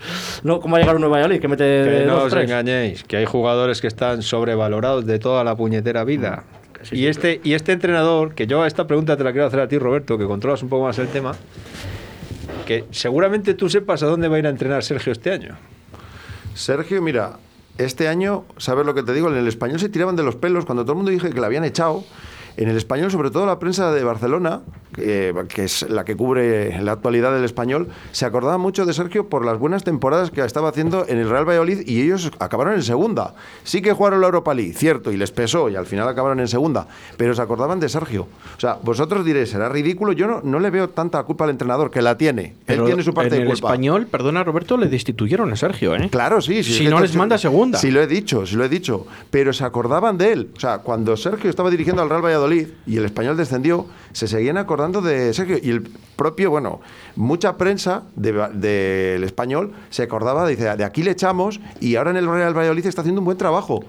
[SPEAKER 6] No, ¿Cómo va a llegar un nuevo Valladolid que mete
[SPEAKER 3] Que no
[SPEAKER 6] dos,
[SPEAKER 3] os
[SPEAKER 6] tres?
[SPEAKER 3] engañéis, que hay jugadores que están sobrevalorados de toda la puñetera vida. Y este, y este entrenador, que yo a esta pregunta te la quiero hacer a ti, Roberto, que controlas un poco más el tema, que seguramente tú sepas a dónde va a ir a entrenar Sergio este año.
[SPEAKER 2] Sergio, mira, este año, ¿sabes lo que te digo? En el español se tiraban de los pelos cuando todo el mundo dije que la habían echado. En el español, sobre todo la prensa de Barcelona, que, que es la que cubre la actualidad del español, se acordaba mucho de Sergio por las buenas temporadas que estaba haciendo en el Real Valladolid y ellos acabaron en segunda. Sí que jugaron la Europa League, cierto, y les pesó y al final acabaron en segunda, pero se acordaban de Sergio. O sea, vosotros diréis, será ridículo, yo no, no le veo tanta culpa al entrenador, que la tiene.
[SPEAKER 1] Pero
[SPEAKER 2] Él tiene su parte
[SPEAKER 1] en
[SPEAKER 2] de
[SPEAKER 1] el
[SPEAKER 2] culpa.
[SPEAKER 1] español, perdona Roberto, le destituyeron a Sergio, ¿eh?
[SPEAKER 2] Claro, sí. sí,
[SPEAKER 1] Si
[SPEAKER 2] es que
[SPEAKER 1] no
[SPEAKER 2] esto-
[SPEAKER 1] les manda segunda.
[SPEAKER 2] Sí, lo he dicho, sí lo he dicho. Pero se acordaban de él. O sea, cuando Sergio estaba dirigiendo al Real Valladolid y el español descendió, se seguían acordando de Sergio. Y el propio, bueno, mucha prensa de- del español se acordaba, dice, de aquí le echamos y ahora en el Real Valladolid está haciendo un buen trabajo.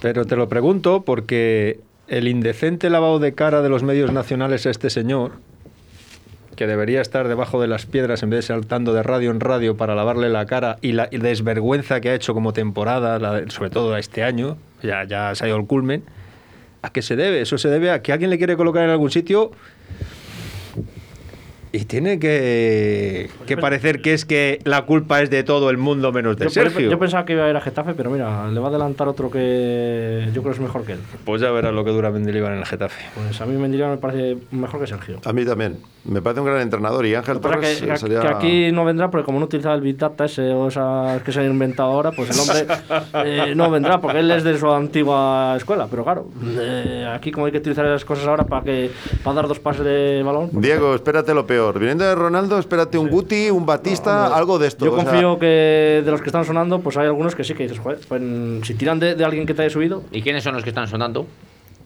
[SPEAKER 3] Pero te lo pregunto porque el indecente lavado de cara de los medios nacionales a este señor, que debería estar debajo de las piedras en vez de saltando de radio en radio para lavarle la cara y la y desvergüenza que ha hecho como temporada, la de- sobre todo a este año, ya, ya se ha ido el culmen, ¿a qué se debe? Eso se debe a que alguien le quiere colocar en algún sitio y tiene que, que parecer que es que la culpa es de todo el mundo menos de
[SPEAKER 6] Yo,
[SPEAKER 3] Sergio.
[SPEAKER 6] yo pensaba que iba a ir a Getafe, pero mira, le va a adelantar otro que yo creo que es mejor que él.
[SPEAKER 3] Pues ya verás lo que dura Mendilibar en el Getafe.
[SPEAKER 6] Pues a mí Mendilibar me parece mejor que Sergio.
[SPEAKER 2] A mí también. Me parece un gran entrenador y Ángel
[SPEAKER 6] Lo que pasa
[SPEAKER 2] Torres eh,
[SPEAKER 6] es que,
[SPEAKER 5] eh,
[SPEAKER 6] que-
[SPEAKER 2] sería-
[SPEAKER 6] que aquí no vendrá porque como no utiliza el Big Data ese o esas que se han inventado ahora, pues el hombre eh, no vendrá porque él es de su antigua escuela. Pero claro, eh, aquí como hay que utilizar esas cosas ahora para que para dar dos pases de balón. pues
[SPEAKER 2] Diego, espérate lo peor. Viniendo de Ronaldo, espérate un Guti, un Batista, algo de esto.
[SPEAKER 6] Yo
[SPEAKER 2] O sea,
[SPEAKER 6] confío que de los que están sonando, pues hay algunos que sí que dices, joder, pues, si tiran de, de alguien que te haya subido,
[SPEAKER 5] ¿Y quiénes son los que están sonando?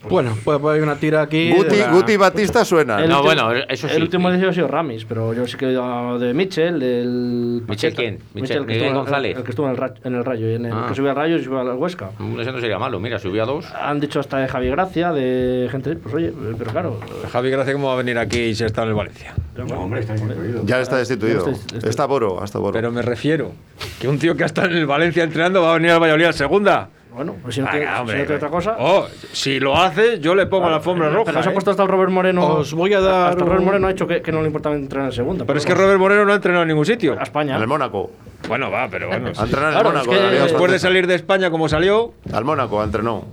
[SPEAKER 1] Bueno, pues hay una tira aquí. de
[SPEAKER 2] Guti,
[SPEAKER 1] la-
[SPEAKER 2] Guti y Batista suenan.
[SPEAKER 6] El
[SPEAKER 5] Ah, no,
[SPEAKER 6] último-
[SPEAKER 5] bueno, eso sí.
[SPEAKER 6] El último deseo ha sido Ramis, pero yo sí que he oído hablar de Mitchell, del.
[SPEAKER 5] ¿Mitchell
[SPEAKER 6] Paqueta.
[SPEAKER 5] quién? Mitchell,
[SPEAKER 6] el que
[SPEAKER 5] Miguel
[SPEAKER 6] estuvo en-
[SPEAKER 5] González.
[SPEAKER 6] El, que estuvo en el, Ra- en el Rayo, y en el
[SPEAKER 5] Ah.
[SPEAKER 6] que subió al Rayo y subió a la Huesca.
[SPEAKER 5] Eso no sería malo. Mira, subí a dos.
[SPEAKER 6] Han dicho hasta de Javi Gracia, de gente. Pues oye, pero claro.
[SPEAKER 3] Javi Gracia, ¿cómo va a venir aquí si está en el Valencia?
[SPEAKER 4] No, hombre, está incluido.
[SPEAKER 2] Ya está destituido.
[SPEAKER 6] Ya está- está-
[SPEAKER 2] Está Boro, hasta Boro.
[SPEAKER 3] Pero me refiero que un tío que ha estado en el Valencia entrenando va a venir al Valladolid a segunda.
[SPEAKER 6] Bueno, pues si no
[SPEAKER 3] Venga,
[SPEAKER 6] tiene si no
[SPEAKER 3] hombre.
[SPEAKER 6] tiene otra cosa.
[SPEAKER 3] Oh, si lo hace, yo le pongo la alfombra roja.
[SPEAKER 6] Pero se ha
[SPEAKER 3] ¿eh?
[SPEAKER 6] puesto hasta el Robert Moreno.
[SPEAKER 1] Os voy a dar
[SPEAKER 6] Hasta Robert
[SPEAKER 1] un-
[SPEAKER 6] Moreno ha hecho que, que no le importaba entrenar en segunda.
[SPEAKER 3] Pero es que Robert Moreno no ha entrenado en ningún sitio.
[SPEAKER 6] A España.
[SPEAKER 2] En el Mónaco.
[SPEAKER 3] Bueno, va, pero bueno. sí.
[SPEAKER 2] A entrenar al
[SPEAKER 6] Claro,
[SPEAKER 2] Mónaco.
[SPEAKER 6] es que
[SPEAKER 2] la Liga
[SPEAKER 3] Después de
[SPEAKER 2] Francesa.
[SPEAKER 3] salir de España como salió,
[SPEAKER 2] Al Mónaco, entrenó.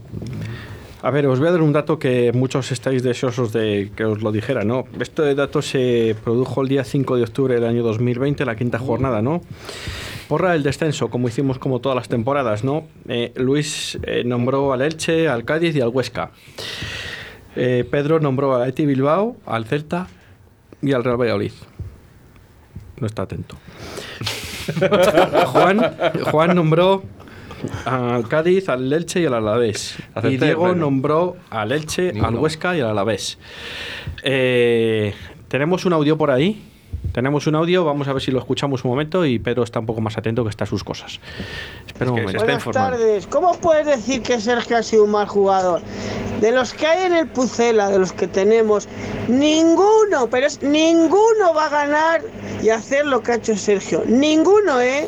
[SPEAKER 1] A ver, os voy a dar un dato que muchos estáis deseosos de que os lo dijera, ¿no? Este dato se produjo el día 5 de octubre del año 2020, la quinta jornada, ¿no? Porra el descenso, como hicimos como todas las temporadas, ¿no? Eh, Luis eh, nombró al Elche, al Cádiz y al Huesca. Eh, Pedro nombró al Athletic Bilbao, al Celta y al Real Valladolid. No está atento. Juan, Juan nombró al Cádiz, al Elche y al Alavés.
[SPEAKER 3] Acepté,
[SPEAKER 1] y Diego
[SPEAKER 3] bueno.
[SPEAKER 1] nombró al Elche, al
[SPEAKER 5] Ninguno.
[SPEAKER 1] Huesca y al Alavés. Eh, tenemos un audio por ahí. Tenemos un audio, vamos a ver si lo escuchamos un momento y Pedro está un poco más atento que está a sus cosas. Espera un
[SPEAKER 3] que
[SPEAKER 1] momento.
[SPEAKER 3] se está
[SPEAKER 7] Buenas
[SPEAKER 3] informando.
[SPEAKER 7] tardes. ¿Cómo puedes decir que Sergio ha sido un mal jugador? De los que hay en el Pucela, de los que tenemos, ninguno, pero es ninguno va a ganar y hacer lo que ha hecho Sergio. Ninguno, ¿eh?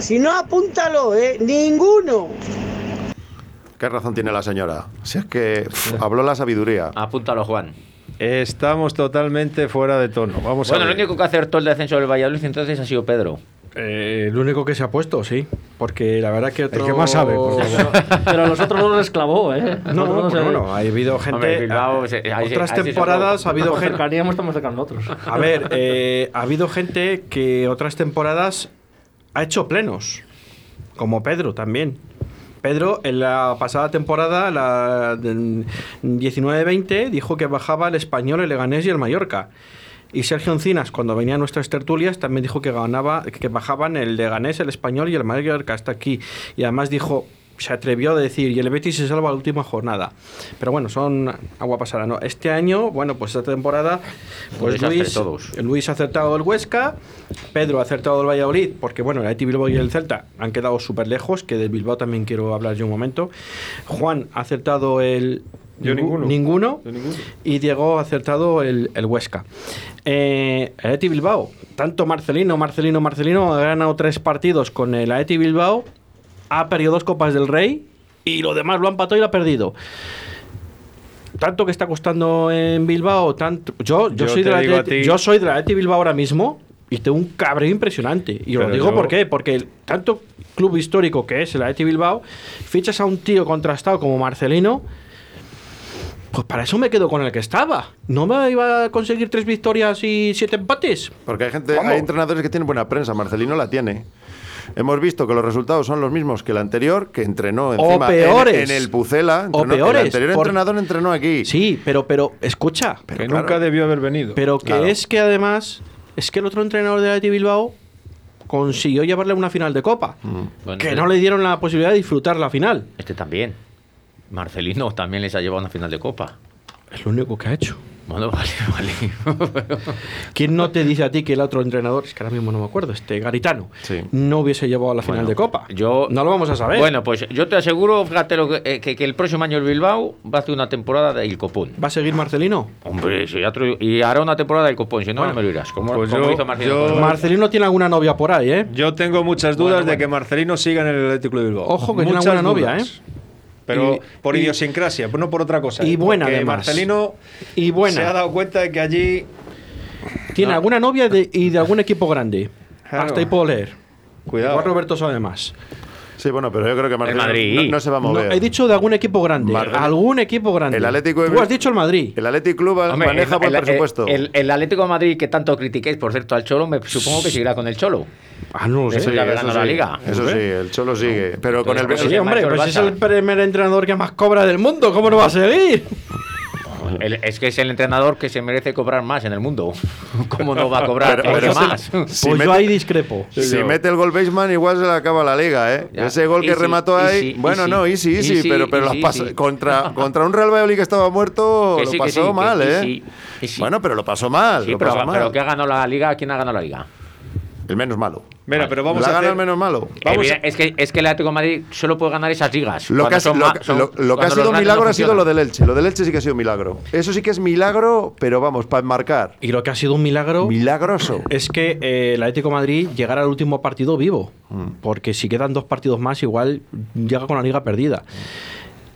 [SPEAKER 7] Si no, apúntalo, ¿eh? Ninguno.
[SPEAKER 2] ¿Qué razón tiene la señora? Si es que pf, habló la sabiduría.
[SPEAKER 1] Ah.
[SPEAKER 5] Apúntalo, Juan.
[SPEAKER 3] estamos totalmente fuera de tono. Vamos
[SPEAKER 5] Bueno,
[SPEAKER 3] a
[SPEAKER 5] lo
[SPEAKER 3] ver.
[SPEAKER 1] Pues
[SPEAKER 5] único que acertó el descenso del Valladolid entonces ha sido Pedro.
[SPEAKER 1] Eh, el único que se ha puesto, sí. Porque la verdad que otro...
[SPEAKER 8] que más sabe, por favor.
[SPEAKER 6] Pero a los otros dos les clavó, ¿eh?
[SPEAKER 1] No, no,
[SPEAKER 6] se-
[SPEAKER 1] pero bueno, ha habido gente...
[SPEAKER 5] Hombre, Bilbao,
[SPEAKER 1] a-
[SPEAKER 5] se- ahí se-
[SPEAKER 1] otras
[SPEAKER 5] ahí sí se
[SPEAKER 1] temporadas ha habido
[SPEAKER 6] Por
[SPEAKER 1] gente...
[SPEAKER 6] cercanía estamos cercanos a otros.
[SPEAKER 1] A ver, eh, ha habido gente que otras temporadas ha hecho plenos, como Pedro también. Pedro en la pasada temporada, la del 19-20, dijo que bajaba el español, el Leganés y el Mallorca. Y Sergio Encinas, cuando venía a nuestras tertulias, también dijo que, ganaba, que bajaban el Leganés, el español y el Mallorca hasta aquí. Y además dijo, se atrevió a decir, y el Betis se salva la última jornada. Pero bueno, son agua pasada. ¿no? Este año, bueno, pues esta temporada, pues
[SPEAKER 5] desastre
[SPEAKER 1] Luis,
[SPEAKER 5] todos.
[SPEAKER 1] Luis ha acertado el Huesca, Pedro ha acertado el Valladolid, porque bueno, el Athletic Bilbao y el Celta han quedado súper lejos, que del Bilbao también quiero hablar yo un momento. Juan ha acertado el...
[SPEAKER 3] Yo ninguno.
[SPEAKER 1] Ninguno.
[SPEAKER 3] Yo ninguno.
[SPEAKER 1] Y Diego ha acertado el, el Huesca. Eh, el Athletic Bilbao, tanto Marcelino, Marcelino, Marcelino, ha ganado tres partidos con el Athletic Bilbao, ha perdido dos Copas del Rey y lo demás lo han empatado y lo ha perdido. Tanto que está costando en Bilbao, tanto yo, yo,
[SPEAKER 3] Yo
[SPEAKER 1] soy,
[SPEAKER 3] te
[SPEAKER 1] de la
[SPEAKER 3] digo a ti-
[SPEAKER 1] yo soy de la Athletic Bilbao ahora mismo y tengo un cabreo impresionante. Y os lo
[SPEAKER 3] Pero
[SPEAKER 1] digo
[SPEAKER 3] yo-
[SPEAKER 1] porque porque el tanto club histórico que es el Athletic Bilbao, fichas a un tío contrastado como Marcelino, pues para eso me quedo con el que estaba. No me iba a conseguir tres victorias y siete empates.
[SPEAKER 2] Porque hay gente, hay entrenadores que tienen buena prensa, Marcelino la tiene. Hemos visto que los resultados son los mismos que el anterior, que entrenó encima en-
[SPEAKER 1] peores.
[SPEAKER 2] En, el Pucela.
[SPEAKER 1] O
[SPEAKER 2] entrenó-
[SPEAKER 1] peores,
[SPEAKER 2] El anterior
[SPEAKER 1] por-
[SPEAKER 2] entrenador entrenó aquí.
[SPEAKER 1] Sí, pero pero escucha,
[SPEAKER 3] que
[SPEAKER 2] claro.
[SPEAKER 3] nunca debió haber venido.
[SPEAKER 1] pero que
[SPEAKER 2] Claro.
[SPEAKER 1] es que además es que el otro entrenador del Athletic Bilbao consiguió llevarle a una final de copa,
[SPEAKER 5] Bueno,
[SPEAKER 1] que
[SPEAKER 5] sí.
[SPEAKER 1] no le dieron la posibilidad de disfrutar la final.
[SPEAKER 5] Este también. Marcelino también les ha llevado a una final de Copa.
[SPEAKER 1] Es lo único que ha hecho.
[SPEAKER 5] Bueno, vale, vale.
[SPEAKER 1] ¿Quién no te dice a ti que el otro entrenador, es que ahora mismo no me acuerdo, este Garitano,
[SPEAKER 2] Sí.
[SPEAKER 1] no hubiese llevado a la final
[SPEAKER 5] Bueno,
[SPEAKER 1] de Copa?
[SPEAKER 5] yo-
[SPEAKER 1] no lo vamos a saber.
[SPEAKER 5] Bueno, pues yo te aseguro, fíjate, lo que, eh, que- que el próximo año el Bilbao va a hacer una temporada del copón.
[SPEAKER 1] ¿va a seguir Marcelino?
[SPEAKER 5] Hombre, si ya te- y hará una temporada del copón, si no,
[SPEAKER 1] Bueno,
[SPEAKER 5] no me lo irás. Como,
[SPEAKER 3] pues
[SPEAKER 5] como
[SPEAKER 3] yo-
[SPEAKER 5] hizo Marcelino.
[SPEAKER 3] yo-
[SPEAKER 5] Pues,
[SPEAKER 1] Marcelino tiene alguna novia por ahí, ¿eh?
[SPEAKER 3] Yo tengo muchas dudas
[SPEAKER 5] Bueno,
[SPEAKER 3] de
[SPEAKER 5] bueno.
[SPEAKER 3] que Marcelino siga en el Atlético de Bilbao.
[SPEAKER 1] Ojo, que tiene
[SPEAKER 3] Muchas
[SPEAKER 1] una buena
[SPEAKER 3] dudas.
[SPEAKER 1] novia, ¿eh?
[SPEAKER 3] Pero
[SPEAKER 1] Y-
[SPEAKER 3] por
[SPEAKER 1] y-
[SPEAKER 3] idiosincrasia, no por otra cosa.
[SPEAKER 1] y
[SPEAKER 3] ¿eh?
[SPEAKER 1] buena,
[SPEAKER 3] Porque
[SPEAKER 1] además.
[SPEAKER 3] Marcelino
[SPEAKER 1] Y buena.
[SPEAKER 3] se ha dado cuenta de que allí
[SPEAKER 1] Tiene alguna novia de- y de algún equipo grande.
[SPEAKER 3] Claro.
[SPEAKER 1] Hasta ahí puedo leer.
[SPEAKER 3] Cuidado.
[SPEAKER 1] Igual Roberto sabe más.
[SPEAKER 2] Sí, bueno, pero yo creo que Marcelino
[SPEAKER 5] Madrid.
[SPEAKER 2] no, no se va a
[SPEAKER 1] No,
[SPEAKER 2] mover.
[SPEAKER 1] he dicho de algún equipo grande.
[SPEAKER 2] Marcelino.
[SPEAKER 1] Algún equipo grande.
[SPEAKER 2] El Atlético de
[SPEAKER 1] Tú
[SPEAKER 2] Bil-
[SPEAKER 1] has dicho el Madrid.
[SPEAKER 2] El Athletic Club
[SPEAKER 5] hombre,
[SPEAKER 2] maneja
[SPEAKER 5] el-
[SPEAKER 2] buen
[SPEAKER 5] el-
[SPEAKER 2] presupuesto.
[SPEAKER 5] El, el Atlético de Madrid, que tanto critiquéis, por cierto, al Cholo, me supongo que seguirá con el Cholo.
[SPEAKER 1] Ah, no lo
[SPEAKER 5] Sí,
[SPEAKER 1] sé.
[SPEAKER 5] ya verán
[SPEAKER 2] eso
[SPEAKER 5] la
[SPEAKER 2] sí,
[SPEAKER 5] liga. ¿Eh?
[SPEAKER 2] Eso sí, el Cholo sigue. Pero con el
[SPEAKER 5] Entonces,
[SPEAKER 1] Sí,
[SPEAKER 5] el
[SPEAKER 1] hombre,
[SPEAKER 5] Michael
[SPEAKER 1] pues es
[SPEAKER 5] Barça.
[SPEAKER 1] el primer entrenador que más cobra del mundo. ¿Cómo no va a seguir?
[SPEAKER 5] El- es que es el entrenador que se merece cobrar más en el mundo. ¿Cómo no va a cobrar
[SPEAKER 2] Pero- pero-
[SPEAKER 5] más?
[SPEAKER 2] Si
[SPEAKER 1] pues yo
[SPEAKER 2] mete-
[SPEAKER 1] ahí discrepo.
[SPEAKER 2] Si mete el gol Baseman, igual se le acaba la liga, ¿eh?
[SPEAKER 5] Ya.
[SPEAKER 2] Ese gol que
[SPEAKER 5] Easy,
[SPEAKER 2] remató ahí.
[SPEAKER 5] easy,
[SPEAKER 2] bueno,
[SPEAKER 5] easy.
[SPEAKER 2] no, easy, easy,
[SPEAKER 5] Easy,
[SPEAKER 2] pero, pero
[SPEAKER 5] easy,
[SPEAKER 2] las pas-
[SPEAKER 5] easy.
[SPEAKER 2] Contra, contra un Real Valladolid que estaba muerto,
[SPEAKER 5] Que
[SPEAKER 2] lo
[SPEAKER 5] sí, que
[SPEAKER 2] pasó
[SPEAKER 5] sí, que
[SPEAKER 2] mal, ¿eh?
[SPEAKER 5] easy, easy.
[SPEAKER 2] Bueno, pero lo pasó mal.
[SPEAKER 5] Sí,
[SPEAKER 2] lo
[SPEAKER 5] pero,
[SPEAKER 2] pasó mal.
[SPEAKER 5] pero que ha ganado la liga, ¿quién ha ganado la liga?
[SPEAKER 2] El menos malo.
[SPEAKER 3] Mira, pero vamos
[SPEAKER 2] la
[SPEAKER 3] a
[SPEAKER 2] gana
[SPEAKER 3] hacer...
[SPEAKER 2] el menos malo.
[SPEAKER 3] Vamos
[SPEAKER 5] Evide-
[SPEAKER 3] a-
[SPEAKER 5] Es, que, es que el Atlético de Madrid solo puede ganar esas ligas.
[SPEAKER 2] Lo que,
[SPEAKER 5] cuando
[SPEAKER 2] ha,
[SPEAKER 5] son
[SPEAKER 2] lo
[SPEAKER 5] ma-
[SPEAKER 2] que-
[SPEAKER 5] son-
[SPEAKER 2] lo- lo que ha
[SPEAKER 5] cuando los
[SPEAKER 2] sido
[SPEAKER 5] grandes
[SPEAKER 2] milagro
[SPEAKER 5] no
[SPEAKER 2] ha sido lo
[SPEAKER 5] funcionan.
[SPEAKER 2] del Elche. Lo del Elche sí que ha sido milagro. Eso sí que es milagro, pero vamos, para enmarcar.
[SPEAKER 1] Y lo que ha sido un milagro
[SPEAKER 2] Milagroso.
[SPEAKER 1] es que eh, el Atlético de Madrid llegara al último partido vivo.
[SPEAKER 5] Mm.
[SPEAKER 1] Porque si quedan dos partidos más, igual llega con la liga perdida.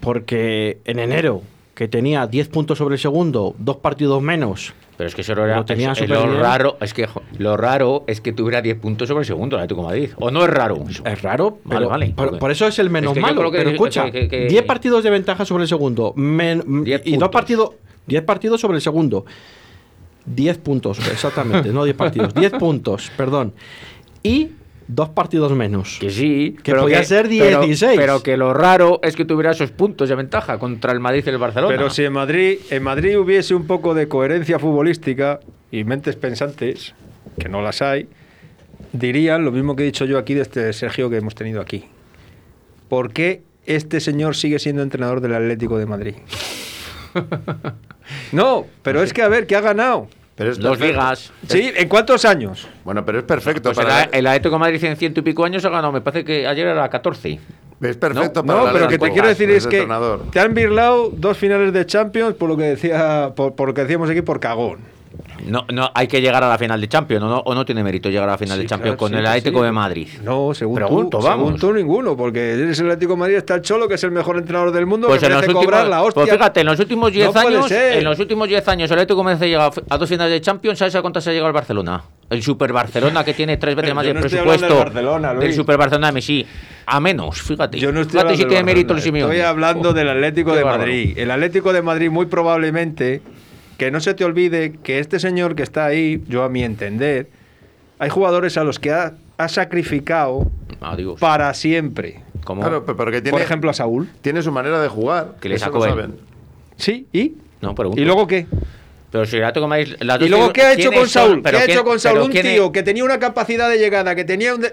[SPEAKER 1] Porque en enero, que tenía 10 puntos sobre el segundo, dos partidos menos,
[SPEAKER 5] Pero es que eso era
[SPEAKER 1] Lo tenía
[SPEAKER 5] es-
[SPEAKER 1] súper
[SPEAKER 5] lo
[SPEAKER 1] bien.
[SPEAKER 5] raro, es que jo, lo raro es que tuviera 10 puntos sobre el segundo el Atlético de Madrid. O no es raro.
[SPEAKER 1] Es raro,
[SPEAKER 5] Vale,
[SPEAKER 1] pero
[SPEAKER 5] vale.
[SPEAKER 1] por, por eso es el menos
[SPEAKER 5] Es que yo
[SPEAKER 1] malo.
[SPEAKER 5] creo que-
[SPEAKER 1] pero escucha,
[SPEAKER 5] que- que- que-
[SPEAKER 1] 10 partidos de ventaja sobre el segundo men-
[SPEAKER 5] Diez
[SPEAKER 1] y dos
[SPEAKER 5] puntos.
[SPEAKER 1] partidos, 10 partidos sobre el segundo. 10 puntos, exactamente, no 10 partidos, 10 puntos, perdón. Y dos partidos menos.
[SPEAKER 5] Que sí,
[SPEAKER 1] Que podía ser
[SPEAKER 5] pero-
[SPEAKER 1] 16.
[SPEAKER 5] Pero, que lo raro es que tuviera esos puntos de ventaja contra el Madrid y el Barcelona.
[SPEAKER 3] Pero si en Madrid, en Madrid hubiese un poco de coherencia futbolística y mentes pensantes, que no las hay, dirían lo mismo que he dicho yo aquí de este Sergio que hemos tenido aquí. ¿Por qué este señor sigue siendo entrenador del Atlético de Madrid? No, pero es que a ver, que ha ganado.
[SPEAKER 2] Pero es
[SPEAKER 5] Dos
[SPEAKER 2] perfecto.
[SPEAKER 5] ligas.
[SPEAKER 3] ¿Sí? ¿En cuántos años?
[SPEAKER 2] Bueno, pero es perfecto.
[SPEAKER 5] Pues el,
[SPEAKER 2] para-
[SPEAKER 5] el Atlético de Madrid en ciento y pico años ha ganado. Me parece que ayer era 14.
[SPEAKER 2] Es perfecto para
[SPEAKER 3] No,
[SPEAKER 2] la
[SPEAKER 3] pero
[SPEAKER 2] liga
[SPEAKER 3] que te
[SPEAKER 2] Copa,
[SPEAKER 3] quiero decir
[SPEAKER 2] para
[SPEAKER 3] es
[SPEAKER 2] ese
[SPEAKER 3] que
[SPEAKER 2] entrenador.
[SPEAKER 3] te han birlado dos finales de Champions por lo que decía, por, por lo que decíamos aquí por cagón.
[SPEAKER 5] No, no, hay que llegar a la final de Champions, ¿o no, o no tiene mérito llegar a la final
[SPEAKER 3] Sí,
[SPEAKER 5] de Champions
[SPEAKER 3] claro,
[SPEAKER 5] con
[SPEAKER 3] sí,
[SPEAKER 5] el
[SPEAKER 3] sí.
[SPEAKER 5] Atlético de Madrid.
[SPEAKER 3] No, según
[SPEAKER 5] Pregunto,
[SPEAKER 3] tú,
[SPEAKER 5] vamos.
[SPEAKER 3] según tú ninguno, porque eres el Atlético de Madrid, está el Cholo, que es el mejor entrenador del mundo,
[SPEAKER 5] Pues
[SPEAKER 3] que
[SPEAKER 5] en los
[SPEAKER 3] merece
[SPEAKER 5] últimos,
[SPEAKER 3] cobrar la hostia.
[SPEAKER 5] pues fíjate, en los últimos 10
[SPEAKER 3] No puede
[SPEAKER 5] años,
[SPEAKER 3] ser.
[SPEAKER 5] en los últimos 10 años, el Atlético de Madrid ha llegado a dos finales de Champions, ¿sabes a cuántas ha llegado el Barcelona? El Super Barcelona que tiene tres veces
[SPEAKER 3] Yo
[SPEAKER 5] más el
[SPEAKER 3] no estoy hablando
[SPEAKER 5] presupuesto
[SPEAKER 3] del Barcelona, Luis.
[SPEAKER 5] del Super Barcelona de Messi, a menos, fíjate.
[SPEAKER 3] Yo no estoy
[SPEAKER 5] fíjate
[SPEAKER 3] hablando
[SPEAKER 5] si
[SPEAKER 3] del
[SPEAKER 5] tiene
[SPEAKER 3] Barcelona,
[SPEAKER 5] mérito el Simeone.
[SPEAKER 3] Estoy hablando
[SPEAKER 5] Oh,
[SPEAKER 3] del Atlético
[SPEAKER 5] qué
[SPEAKER 3] de
[SPEAKER 5] bárbaro.
[SPEAKER 3] Madrid. El Atlético de Madrid, muy probablemente, que no se te olvide que este señor que está ahí, yo a mi entender, hay jugadores a los que ha, ha sacrificado
[SPEAKER 5] Adiós.
[SPEAKER 3] para siempre.
[SPEAKER 5] ¿Cómo?
[SPEAKER 2] Claro, pero porque tiene,
[SPEAKER 3] Por ejemplo, a Saúl.
[SPEAKER 2] tiene su manera de jugar.
[SPEAKER 5] Que le
[SPEAKER 2] eso
[SPEAKER 5] sacó
[SPEAKER 2] lo
[SPEAKER 5] él.
[SPEAKER 2] saben.
[SPEAKER 3] Sí, ¿y.
[SPEAKER 5] No, pregunto.
[SPEAKER 3] ¿Y luego qué?
[SPEAKER 5] Pero si el Atlético de Madrid... las
[SPEAKER 3] ¿Y
[SPEAKER 5] dos
[SPEAKER 3] luego
[SPEAKER 5] figuras-
[SPEAKER 3] qué ha hecho
[SPEAKER 5] ¿quiénes
[SPEAKER 3] con
[SPEAKER 5] son?
[SPEAKER 3] Saúl? ¿Qué
[SPEAKER 5] Pero
[SPEAKER 3] ha
[SPEAKER 5] quién-
[SPEAKER 3] hecho con Saúl?
[SPEAKER 5] pero
[SPEAKER 3] Un
[SPEAKER 5] quién es-
[SPEAKER 3] tío que tenía una capacidad de llegada, que tenía un. de-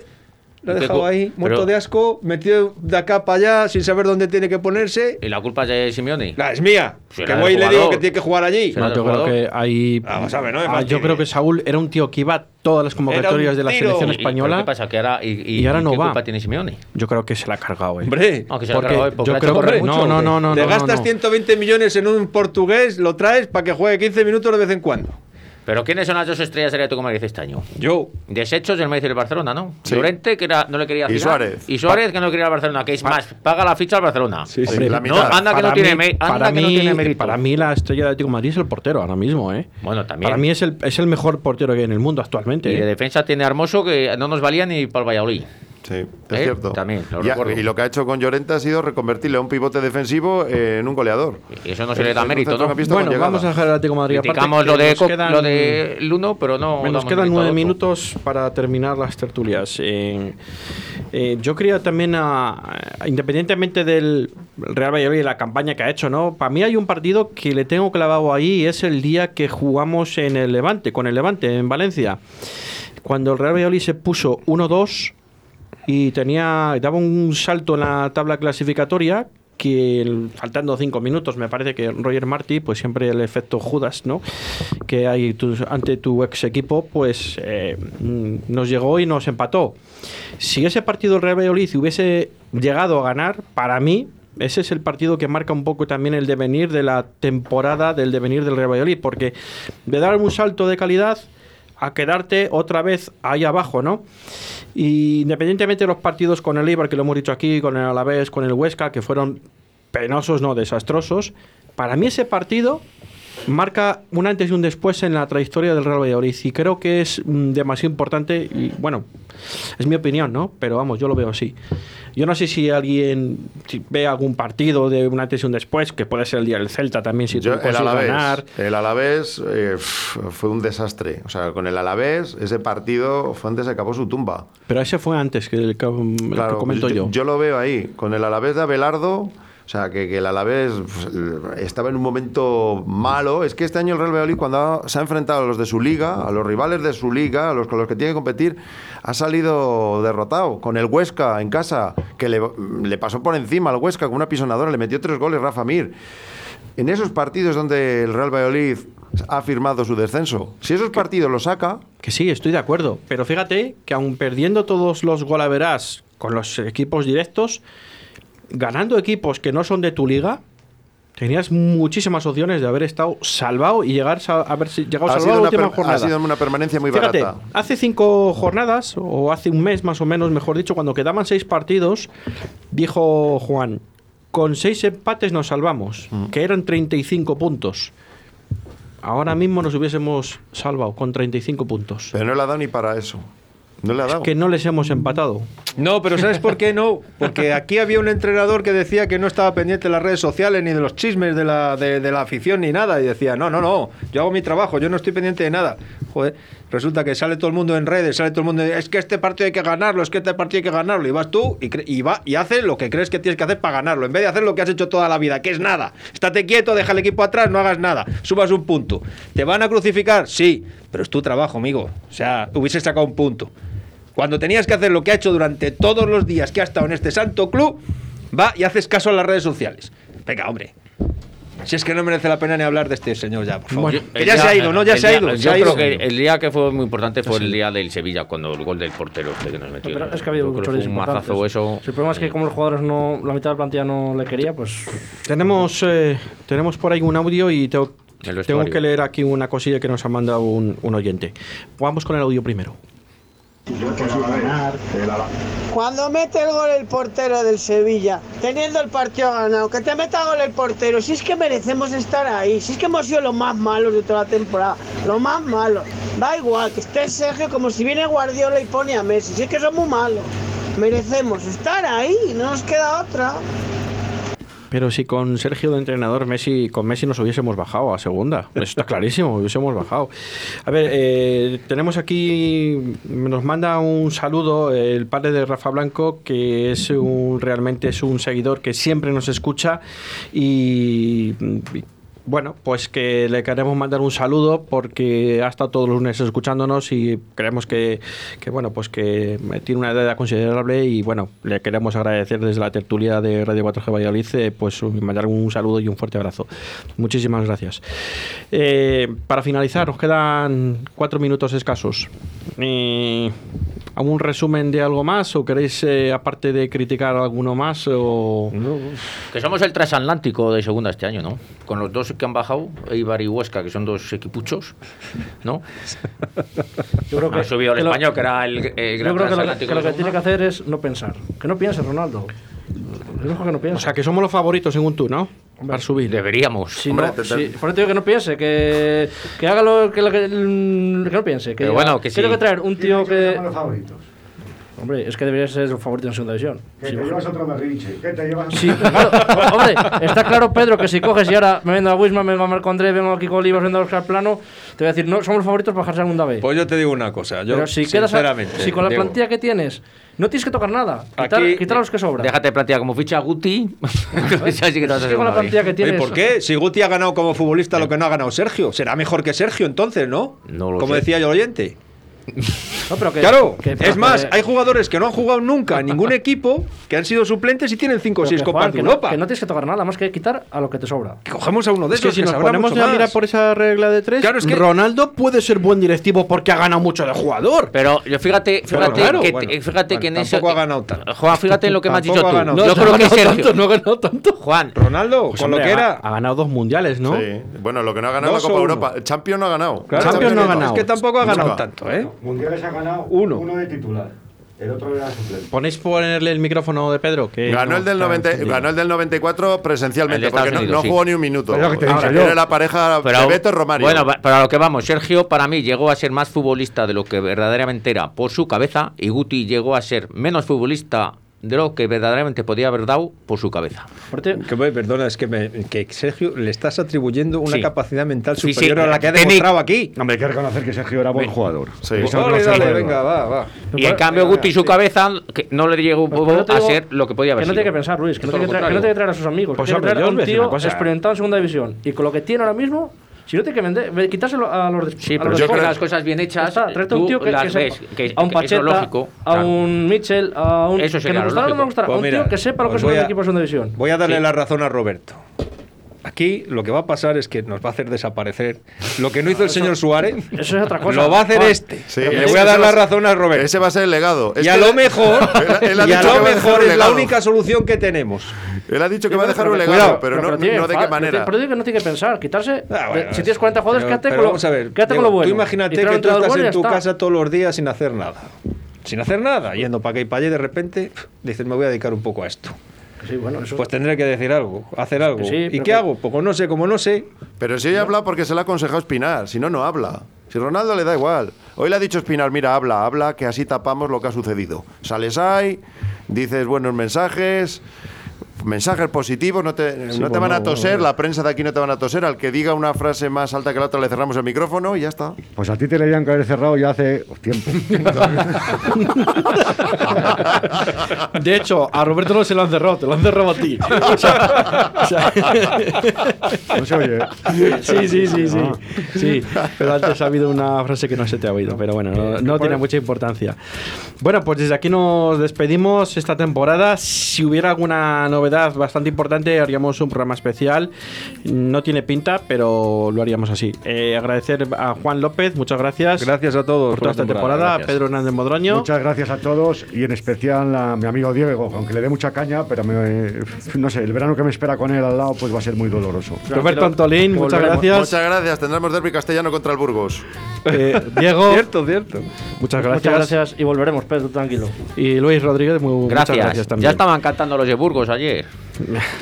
[SPEAKER 3] Lo ha
[SPEAKER 5] Pero-
[SPEAKER 3] dejado ahí, muerto
[SPEAKER 5] pero-
[SPEAKER 3] de asco, metido de acá para allá, sin saber dónde tiene que ponerse.
[SPEAKER 5] ¿Y la culpa es de Simeone?
[SPEAKER 3] La es mía.
[SPEAKER 5] Será
[SPEAKER 3] que
[SPEAKER 5] del
[SPEAKER 3] voy y le digo
[SPEAKER 5] jugador.
[SPEAKER 3] que tiene que jugar allí.
[SPEAKER 5] Será-
[SPEAKER 1] No, yo creo
[SPEAKER 5] jugador.
[SPEAKER 1] que ahí.
[SPEAKER 3] Vamos a ver, no me
[SPEAKER 1] Ah,
[SPEAKER 3] fastidies.
[SPEAKER 1] yo creo que Saúl era un tío que iba a todas las
[SPEAKER 3] Era
[SPEAKER 1] convocatorias
[SPEAKER 3] un
[SPEAKER 1] de la
[SPEAKER 3] tiro.
[SPEAKER 1] selección
[SPEAKER 5] ¿Y- y- pero
[SPEAKER 1] española.
[SPEAKER 5] ¿Qué pasa? ¿Que ahora, y, y-
[SPEAKER 1] y ahora
[SPEAKER 5] y
[SPEAKER 1] no
[SPEAKER 5] qué
[SPEAKER 1] va.
[SPEAKER 5] culpa tiene Simeone?
[SPEAKER 1] Yo creo que se la ha cargado, eh.
[SPEAKER 3] Hombre,
[SPEAKER 5] No, que se la ha
[SPEAKER 1] Porque
[SPEAKER 5] cargado él, porque
[SPEAKER 1] yo
[SPEAKER 5] la ha
[SPEAKER 1] creo
[SPEAKER 5] hecho correr
[SPEAKER 1] que
[SPEAKER 5] mucho,
[SPEAKER 1] no, no,
[SPEAKER 5] ¿o qué?
[SPEAKER 1] no, no,
[SPEAKER 3] te
[SPEAKER 1] no,
[SPEAKER 3] gastas
[SPEAKER 1] no.
[SPEAKER 3] 120 millones en un portugués, lo traes para que juegue 15 minutos de vez en cuando.
[SPEAKER 5] ¿Pero quiénes son las dos estrellas del Atlético de Madrid este año?
[SPEAKER 3] Yo.
[SPEAKER 5] Desechos del Madrid y del Barcelona, ¿no?
[SPEAKER 2] Sí.
[SPEAKER 5] Llorente, que era- no le quería
[SPEAKER 2] Y
[SPEAKER 5] fichar.
[SPEAKER 2] Suárez.
[SPEAKER 5] Y Suárez, que no quería al Barcelona, que es más, paga la ficha al Barcelona.
[SPEAKER 2] Sí,
[SPEAKER 1] Hombre,
[SPEAKER 2] la
[SPEAKER 1] no,
[SPEAKER 5] No,
[SPEAKER 2] mitad.
[SPEAKER 5] anda que no
[SPEAKER 1] Para
[SPEAKER 5] tiene,
[SPEAKER 1] mí-
[SPEAKER 5] me- anda
[SPEAKER 1] para
[SPEAKER 5] que no
[SPEAKER 1] mí-
[SPEAKER 5] tiene mérito.
[SPEAKER 1] Para mí, la estrella de Atlético de Madrid es el portero ahora mismo, ¿eh?
[SPEAKER 5] Bueno, también.
[SPEAKER 1] Para mí es el, es el mejor portero que hay en el mundo actualmente.
[SPEAKER 5] Y
[SPEAKER 1] ¿eh?
[SPEAKER 5] de defensa tiene a Hermoso, que no nos valía ni para el Valladolid.
[SPEAKER 2] Sí, es
[SPEAKER 5] ¿Eh?
[SPEAKER 2] cierto.
[SPEAKER 5] También, lo
[SPEAKER 2] y, a-
[SPEAKER 5] recuerdo.
[SPEAKER 2] y lo que ha hecho con Llorente ha sido reconvertirle a un pivote defensivo en un goleador.
[SPEAKER 5] Y eso no se le da
[SPEAKER 2] Es un
[SPEAKER 5] mérito, ¿no?
[SPEAKER 2] centrocampista con
[SPEAKER 1] Bueno,
[SPEAKER 2] llegada.
[SPEAKER 1] vamos a dejar el Atlético de Madrid aparte,
[SPEAKER 5] Criticamos
[SPEAKER 1] que
[SPEAKER 5] lo de,
[SPEAKER 1] nos
[SPEAKER 5] Co-
[SPEAKER 1] quedan-
[SPEAKER 5] lo de Luno, pero no.
[SPEAKER 1] Me nos
[SPEAKER 5] damos
[SPEAKER 1] quedan
[SPEAKER 5] mérito al
[SPEAKER 1] nueve
[SPEAKER 5] otro.
[SPEAKER 1] minutos para terminar las tertulias. Eh, eh, yo quería también, a- a- independientemente del Real Valladolid y la campaña que ha hecho, ¿no? Para mí hay un partido que le tengo clavado ahí y es el día que jugamos en el Levante, con el Levante, en Valencia. Cuando el Real Valladolid se puso 1-2 y tenía daba un salto en la tabla clasificatoria que el- faltando cinco minutos me parece que Roger Martí pues siempre el efecto Judas no que hay tu- ante tu ex equipo pues eh, mm, nos llegó y nos empató si ese partido del Real Valladolid hubiese llegado a ganar para mí ese es el partido que marca un poco también el devenir de la temporada del devenir del Real Valladolid porque de dar un salto de calidad a quedarte otra vez ahí abajo, ¿no? Y independientemente de los partidos con el Eibar, que lo hemos dicho aquí, con el Alavés, con el Huesca, que fueron penosos, no desastrosos, para mí ese partido marca un antes y un después en la trayectoria del Real Valladolid y creo que es mm, demasiado importante y bueno, es mi opinión, ¿no? Pero vamos, yo lo veo así. Yo no sé si alguien si ve algún partido de un antes y un después, que puede ser el día del Celta también, si
[SPEAKER 2] Yo-
[SPEAKER 1] tú
[SPEAKER 2] el
[SPEAKER 1] consigues
[SPEAKER 2] Alavés,
[SPEAKER 1] ganar.
[SPEAKER 2] el Alavés eh, pf, fue un desastre. O sea, con el Alavés, ese partido fue antes se acabó su tumba.
[SPEAKER 1] Pero ese fue antes que el que, el que comento yo.
[SPEAKER 2] lo veo ahí, con el Alavés de Abelardo. O sea, que, que el Alavés pues, estaba en un momento malo. Es que este año el Real Valladolid, cuando ha- se ha enfrentado a los de su liga, a los rivales de su liga, a los con los que tiene que competir, ha salido derrotado. Con el Huesca en casa, que le, le pasó por encima al Huesca con una pisonadora, le metió tres goles Rafa Mir. En esos partidos donde el Real Valladolid ha firmado su descenso, si esos partidos los saca,
[SPEAKER 1] Que sí, estoy de acuerdo. Pero fíjate que aun perdiendo todos los golaverás con los equipos directos, ganando equipos que no son de tu liga, tenías muchísimas opciones de haber estado salvado y llegar a haber si- llegado salvado
[SPEAKER 2] ha
[SPEAKER 1] a
[SPEAKER 2] sido,
[SPEAKER 1] la
[SPEAKER 2] una,
[SPEAKER 1] última
[SPEAKER 2] per- ha
[SPEAKER 1] jornada.
[SPEAKER 2] sido una permanencia muy
[SPEAKER 1] Fíjate,
[SPEAKER 2] barata.
[SPEAKER 1] hace cinco jornadas, o hace un mes más o menos, mejor dicho, cuando quedaban seis partidos, dijo Juan, con seis empates nos salvamos,
[SPEAKER 2] Mm.
[SPEAKER 1] que eran 35 puntos. Ahora mismo nos hubiésemos salvado con 35 puntos.
[SPEAKER 2] Pero no le ha dado ni para eso. No le ha dado.
[SPEAKER 1] que no les hemos empatado.
[SPEAKER 3] No, pero ¿sabes por qué no? Porque aquí había un entrenador que decía que no estaba pendiente de las redes sociales ni de los chismes de la, de, de la afición ni nada. Y decía, no, no, no, yo hago mi trabajo, yo no estoy pendiente de nada. Joder, resulta que sale todo el mundo en redes, sale todo el mundo, es que este partido hay que ganarlo, es que este partido hay que ganarlo. Y vas tú y, cre- y, va, y haces lo que crees que tienes que hacer para ganarlo, en vez de hacer lo que has hecho toda la vida, que es nada. Estate quieto, deja el equipo atrás, no hagas nada, subas un punto. ¿Te van a crucificar? Sí, pero es tu trabajo, amigo. O sea, hubieses sacado un punto. Cuando tenías que hacer lo que ha hecho durante todos los días que ha estado en este santo club, va y haces caso a las redes sociales. Venga, hombre. Si es que no merece la pena ni hablar de este señor ya, por favor.
[SPEAKER 1] Bueno,
[SPEAKER 3] que ya se ha ido, ¿no? Ya
[SPEAKER 5] el
[SPEAKER 3] se ha
[SPEAKER 5] día-
[SPEAKER 3] ido. se
[SPEAKER 5] Yo
[SPEAKER 3] ha
[SPEAKER 5] creo
[SPEAKER 3] ido.
[SPEAKER 5] que el día que fue muy importante fue el día del Sevilla, cuando el gol del portero este que nos metió.
[SPEAKER 6] Pero es que ha
[SPEAKER 5] Yo
[SPEAKER 6] habido
[SPEAKER 5] creo
[SPEAKER 6] muchos
[SPEAKER 5] fue
[SPEAKER 6] días
[SPEAKER 5] un mazazo
[SPEAKER 6] importantes.
[SPEAKER 5] eso.
[SPEAKER 6] Sí, el problema es que como los jugadores no, la mitad de la plantilla no le quería, pues
[SPEAKER 1] Tenemos, eh, tenemos por ahí un audio y tengo
[SPEAKER 5] El
[SPEAKER 1] Tengo
[SPEAKER 5] vestuario.
[SPEAKER 1] que leer aquí una cosilla que nos ha mandado un, un oyente. Vamos con el audio primero.
[SPEAKER 7] Cuando mete el gol el portero del Sevilla, teniendo el partido ganado, que te meta gol el portero, si es que merecemos estar ahí, si es que hemos sido los más malos de toda la temporada, los más malos. Da igual que esté Sergio como si viene Guardiola y pone a Messi, si es que somos malos. Merecemos estar ahí, no nos queda otra.
[SPEAKER 1] Pero si con Sergio de entrenador, Messi, con Messi nos hubiésemos bajado a segunda. Eso está clarísimo, hubiésemos bajado. A ver, eh, tenemos aquí, nos manda un saludo el padre de Rafa Blanco, que es un, realmente es un seguidor que siempre nos escucha y bueno, pues que le queremos mandar un saludo porque ha estado todos los lunes escuchándonos y creemos que, que, bueno, pues que tiene una edad considerable y bueno, le queremos agradecer desde la tertulia de Radio 4G Valladolid, eh, pues un- mandar un saludo y un fuerte abrazo. Muchísimas gracias. Eh, para finalizar, nos quedan cuatro minutos escasos. Eh, ¿Algún resumen de algo más o queréis, eh, aparte de criticar alguno más o...?
[SPEAKER 5] Que somos el transatlántico de segunda este año, ¿no? Con los dos que han bajado, Eibar y Huesca, que son dos equipuchos, ¿no?
[SPEAKER 6] Yo creo
[SPEAKER 5] Ha subido el
[SPEAKER 6] que lo-
[SPEAKER 5] español, que era el, el
[SPEAKER 6] Yo
[SPEAKER 5] gran
[SPEAKER 6] creo que lo que,
[SPEAKER 5] transatlántico
[SPEAKER 6] que lo
[SPEAKER 5] de
[SPEAKER 6] que tiene que
[SPEAKER 5] segunda.
[SPEAKER 6] hacer es no pensar. Que no piense, Ronaldo. Yo creo que no piense.
[SPEAKER 1] O sea, que somos los favoritos según tú, ¿no? Para subir.
[SPEAKER 5] Deberíamos.
[SPEAKER 6] Si
[SPEAKER 2] Hombre,
[SPEAKER 6] no-
[SPEAKER 2] te- te-
[SPEAKER 6] si- por eso te digo que no piense, que, que haga lo que, lo que- mm, que no piense. Que
[SPEAKER 5] Pero
[SPEAKER 6] diga,
[SPEAKER 5] bueno, que sí.
[SPEAKER 6] Tengo que traer un tío que.
[SPEAKER 8] los favoritos.
[SPEAKER 6] Hombre, es que debería ser el favorito en segunda división.
[SPEAKER 8] Que
[SPEAKER 6] Sí, pues.
[SPEAKER 8] te llevas otro berrinche. Que te llevas
[SPEAKER 6] Sí, claro, hombre, está claro, Pedro, que si coges y ahora me vendo a Wisman, me vendo a Marco Andrés, me vendo a Kiko Olivas, me vendo a Oscar Plano, te voy a decir, no, somos los favoritos para bajar segunda B.
[SPEAKER 3] Pues yo te digo una cosa, yo
[SPEAKER 6] Pero si quedas a-
[SPEAKER 3] sinceramente.
[SPEAKER 6] si con la
[SPEAKER 3] Diego,
[SPEAKER 6] plantilla que tienes, no tienes que tocar nada, quitar,
[SPEAKER 3] Aquí-
[SPEAKER 6] quitar a los que sobran.
[SPEAKER 5] Déjate de plantear como ficha a Guti. Esa sí que te vas a
[SPEAKER 6] Es
[SPEAKER 5] hacer
[SPEAKER 6] que con la
[SPEAKER 5] una vez.
[SPEAKER 6] plantilla que
[SPEAKER 3] Oye,
[SPEAKER 6] tienes.
[SPEAKER 3] ¿Por qué? Si Guti ha ganado como futbolista lo que no ha ganado Sergio, será mejor que Sergio entonces, ¿no?
[SPEAKER 5] No lo
[SPEAKER 3] como
[SPEAKER 5] sé.
[SPEAKER 3] decía yo oyente.
[SPEAKER 6] No, pero que-
[SPEAKER 3] claro,
[SPEAKER 6] que-
[SPEAKER 3] es más,
[SPEAKER 6] que-
[SPEAKER 3] hay jugadores que no han jugado nunca en ningún equipo, que han sido suplentes y tienen 5 o
[SPEAKER 6] pero
[SPEAKER 3] 6
[SPEAKER 6] que,
[SPEAKER 3] copas
[SPEAKER 6] Juan,
[SPEAKER 3] de
[SPEAKER 6] que no-
[SPEAKER 3] Europa.
[SPEAKER 6] que no tienes que tocar nada, más que quitar a lo que te sobra.
[SPEAKER 3] Que cogemos a uno de
[SPEAKER 1] Es que
[SPEAKER 3] esos
[SPEAKER 1] si
[SPEAKER 3] que
[SPEAKER 1] nos
[SPEAKER 3] sabrá
[SPEAKER 1] ponemos
[SPEAKER 3] mucho
[SPEAKER 1] a
[SPEAKER 3] más.
[SPEAKER 1] mirar por esa regla de tres,
[SPEAKER 3] Claro, es que-
[SPEAKER 1] Ronaldo puede ser buen directivo porque ha ganado mucho de jugador.
[SPEAKER 5] Pero yo fíjate,
[SPEAKER 3] Pero
[SPEAKER 5] fíjate
[SPEAKER 3] claro,
[SPEAKER 5] que,
[SPEAKER 3] bueno,
[SPEAKER 5] fíjate
[SPEAKER 3] bueno,
[SPEAKER 5] que en
[SPEAKER 3] tampoco
[SPEAKER 5] eso-
[SPEAKER 3] ha ganado tanto.
[SPEAKER 5] Juan, fíjate en lo que me has dicho
[SPEAKER 3] Tampoco ha
[SPEAKER 5] tú.
[SPEAKER 3] ganado
[SPEAKER 5] yo
[SPEAKER 3] tanto.
[SPEAKER 5] creo
[SPEAKER 1] ha
[SPEAKER 5] que
[SPEAKER 1] ganado
[SPEAKER 5] Sergio.
[SPEAKER 1] tanto, no ha ganado tanto.
[SPEAKER 5] Juan,
[SPEAKER 3] Ronaldo,
[SPEAKER 1] Pues,
[SPEAKER 3] con
[SPEAKER 1] hombre,
[SPEAKER 3] lo que
[SPEAKER 1] ha-
[SPEAKER 3] era.
[SPEAKER 1] Ha, ganado dos mundiales, ¿no?
[SPEAKER 2] Sí. Bueno, lo que no ha ganado es la
[SPEAKER 3] Dos
[SPEAKER 2] Copa
[SPEAKER 3] o uno.
[SPEAKER 2] Europa. Champions no ha ganado.
[SPEAKER 3] Claro,
[SPEAKER 1] Champions no ha ganado.
[SPEAKER 3] Es que tampoco ha
[SPEAKER 2] Nunca.
[SPEAKER 3] ganado tanto, ¿eh?
[SPEAKER 8] Mundiales ha ganado
[SPEAKER 3] Uno.
[SPEAKER 8] uno de titular. El otro era suplente.
[SPEAKER 1] ¿Ponéis ponerle el micrófono de Pedro? Que
[SPEAKER 2] Eh, Ganó,
[SPEAKER 1] no
[SPEAKER 2] el del
[SPEAKER 1] está
[SPEAKER 2] 90,
[SPEAKER 1] encendido.
[SPEAKER 2] ganó el del 94
[SPEAKER 5] El de
[SPEAKER 2] presencialmente,
[SPEAKER 5] Estados
[SPEAKER 2] porque no,
[SPEAKER 5] Unidos,
[SPEAKER 2] no
[SPEAKER 5] sí.
[SPEAKER 2] jugó ni un minuto.
[SPEAKER 8] Es lo que te he
[SPEAKER 2] Ahora
[SPEAKER 8] dicho yo.
[SPEAKER 2] tiene la pareja
[SPEAKER 5] Pero-
[SPEAKER 2] Bebeto Romario.
[SPEAKER 5] Bueno, va- pero a lo que vamos, Sergio para mí llegó a ser más futbolista de lo que verdaderamente era por su cabeza y Guti llegó a ser menos futbolista de lo que verdaderamente podía haber dado por su cabeza.
[SPEAKER 6] Por ti-
[SPEAKER 3] Que, bueno, perdona, es que, me- que Sergio le estás atribuyendo una
[SPEAKER 5] Sí.
[SPEAKER 3] capacidad mental
[SPEAKER 5] Sí, sí,
[SPEAKER 3] superior a la que ha
[SPEAKER 5] tenéis-
[SPEAKER 3] demostrado aquí.
[SPEAKER 4] Hombre, hay que reconocer que Sergio era buen jugador.
[SPEAKER 2] Sí.
[SPEAKER 4] Eso no
[SPEAKER 3] Dale,
[SPEAKER 4] se
[SPEAKER 3] dale,
[SPEAKER 4] puede
[SPEAKER 3] venga,
[SPEAKER 4] negar.
[SPEAKER 3] va, va. Pues
[SPEAKER 5] Y en cambio Guti y su cabeza que no le llegó
[SPEAKER 6] eh, Pues por eso te
[SPEAKER 5] a
[SPEAKER 6] digo
[SPEAKER 5] ser lo que podía haber
[SPEAKER 6] Que no
[SPEAKER 5] sido.
[SPEAKER 6] tiene que pensar, Luis, que no,
[SPEAKER 5] Todo
[SPEAKER 6] tiene
[SPEAKER 5] lo
[SPEAKER 6] que, traer, que no
[SPEAKER 5] contrario.
[SPEAKER 6] tiene que traer a sus amigos.
[SPEAKER 1] Pues,
[SPEAKER 6] que tiene
[SPEAKER 1] hombre,
[SPEAKER 6] que traer
[SPEAKER 1] yo
[SPEAKER 6] a
[SPEAKER 1] os
[SPEAKER 6] un
[SPEAKER 1] voy a decir
[SPEAKER 6] tío
[SPEAKER 1] una cosa.
[SPEAKER 6] experimentado en segunda división. Y con lo que tiene ahora mismo, si no tiene que vender, ve- quitárselo a los
[SPEAKER 5] Sí,
[SPEAKER 6] a
[SPEAKER 5] pero
[SPEAKER 6] los
[SPEAKER 5] yo creo
[SPEAKER 6] de fuera.
[SPEAKER 5] que las cosas bien
[SPEAKER 6] Ya
[SPEAKER 5] hechas
[SPEAKER 6] está, tráete a
[SPEAKER 5] tú
[SPEAKER 6] un tío que,
[SPEAKER 5] las
[SPEAKER 6] que sepa.
[SPEAKER 5] ves, que-
[SPEAKER 6] a un
[SPEAKER 5] que eso es
[SPEAKER 6] Pacheta,
[SPEAKER 5] lógico.
[SPEAKER 6] a
[SPEAKER 5] claro.
[SPEAKER 6] un Mitchell, a un
[SPEAKER 5] Eso
[SPEAKER 6] que
[SPEAKER 5] sería
[SPEAKER 6] me
[SPEAKER 5] lo
[SPEAKER 6] gustara o no me
[SPEAKER 5] lógico.
[SPEAKER 6] gustara,
[SPEAKER 3] Pues
[SPEAKER 6] a un
[SPEAKER 3] mira,
[SPEAKER 6] Oh, tío que sepa lo que
[SPEAKER 3] os
[SPEAKER 6] es un
[SPEAKER 3] voy a-
[SPEAKER 6] equipo de segunda división.
[SPEAKER 3] Voy a darle
[SPEAKER 5] Sí.
[SPEAKER 3] la razón a Roberto. Aquí lo que va a pasar es que nos va a hacer desaparecer lo que no hizo el señor Suárez.
[SPEAKER 6] Eso es otra cosa.
[SPEAKER 3] Lo va a hacer
[SPEAKER 6] Juan.
[SPEAKER 3] este.
[SPEAKER 2] Sí,
[SPEAKER 3] Le
[SPEAKER 2] ese
[SPEAKER 3] voy a dar
[SPEAKER 2] va
[SPEAKER 3] la
[SPEAKER 2] ser-
[SPEAKER 3] razón a Roberto.
[SPEAKER 2] Ese va a ser el legado. Es
[SPEAKER 3] y a
[SPEAKER 2] que
[SPEAKER 3] lo mejor,
[SPEAKER 2] Él- él ha
[SPEAKER 3] y a
[SPEAKER 2] dicho que
[SPEAKER 3] lo
[SPEAKER 2] va a dejar
[SPEAKER 3] mejor
[SPEAKER 2] un
[SPEAKER 3] es la
[SPEAKER 2] legado.
[SPEAKER 3] única solución que tenemos.
[SPEAKER 2] Él ha dicho que va a dejar
[SPEAKER 6] Pero
[SPEAKER 2] un
[SPEAKER 6] que-
[SPEAKER 2] legado, pero no,
[SPEAKER 6] tiene
[SPEAKER 2] no de
[SPEAKER 6] fa-
[SPEAKER 2] qué
[SPEAKER 6] pero
[SPEAKER 2] manera.
[SPEAKER 6] tiene- Pero digo que no tiene que pensar, quitarse.
[SPEAKER 3] Ah,
[SPEAKER 6] de-
[SPEAKER 3] bueno,
[SPEAKER 6] Eh, si tienes 40 jugadores,
[SPEAKER 3] pero-
[SPEAKER 6] quédate,
[SPEAKER 3] pero
[SPEAKER 6] con lo,
[SPEAKER 3] vamos a ver,
[SPEAKER 6] quédate con
[SPEAKER 3] Diego,
[SPEAKER 6] lo bueno.
[SPEAKER 3] Tú
[SPEAKER 6] Y
[SPEAKER 3] imagínate
[SPEAKER 6] trae
[SPEAKER 3] que
[SPEAKER 6] un
[SPEAKER 3] tú estás
[SPEAKER 6] entrenador
[SPEAKER 3] en tu
[SPEAKER 6] bueno y ya está.
[SPEAKER 3] casa todos los días sin hacer nada. Sin hacer nada, yendo para acá y para allá y de repente pf, dices, me voy a dedicar un poco a esto.
[SPEAKER 6] Sí, bueno, eso.
[SPEAKER 3] Pues tendré que decir algo, hacer algo.
[SPEAKER 6] Sí,
[SPEAKER 3] ¿Y
[SPEAKER 6] pero
[SPEAKER 3] qué
[SPEAKER 6] que-
[SPEAKER 3] hago? Pues como no sé, como no sé.
[SPEAKER 2] Pero si hoy ha hablado porque se le ha aconsejado Espinar, si no, no habla. Si Ronaldo le da igual. Hoy le ha dicho Espinar, mira, habla, habla, que así tapamos lo que ha sucedido. Sales ahí, dices buenos mensajes, mensajes positivos, no te, no te van a toser, la prensa de aquí no te van a toser, al que diga una frase más alta que la otra le cerramos el micrófono y ya está.
[SPEAKER 8] Pues a ti te le habían que haber cerrado ya hace tiempo.
[SPEAKER 1] De hecho, a Roberto no se lo han cerrado, te lo han cerrado a ti. O sea- o sea-
[SPEAKER 2] Pues
[SPEAKER 8] No se oye.
[SPEAKER 4] ¿eh?
[SPEAKER 1] sí, sí, sí, sí. Sí, pero antes ha habido una frase que no se te ha oído, pero bueno, no, no tiene mucha importancia. Bueno, pues desde aquí nos despedimos esta temporada. Si hubiera alguna novedad novedad bastante importante, haríamos un programa especial. No tiene pinta, pero lo haríamos así. Eh, agradecer a Juan López, muchas gracias.
[SPEAKER 3] Gracias a todos
[SPEAKER 1] por toda esta temporada. A
[SPEAKER 3] gracias.
[SPEAKER 1] Pedro Hernández Modroño.
[SPEAKER 4] Muchas gracias a todos y en especial a mi amigo Diego, aunque le dé mucha caña, pero me- no sé, el verano que me espera con él al lado pues va a ser muy doloroso.
[SPEAKER 1] Roberto Antolín, muchas
[SPEAKER 2] Volveremos.
[SPEAKER 1] gracias.
[SPEAKER 2] Muchas gracias. Tendremos derbi castellano contra el Burgos.
[SPEAKER 1] Eh, Diego,
[SPEAKER 3] Cierto, cierto.
[SPEAKER 1] muchas gracias.
[SPEAKER 6] Pues Muchas gracias y volveremos, Pedro, tranquilo.
[SPEAKER 1] Y Luis Rodríguez, muy,
[SPEAKER 5] Gracias.
[SPEAKER 1] muchas gracias también.
[SPEAKER 5] ya estaban cantando los de Burgos ayer.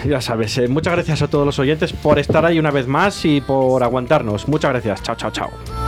[SPEAKER 1] Ya sabes, eh, muchas gracias a todos los oyentes por estar ahí una vez más y por aguantarnos. Muchas gracias. Chao, chao, chao.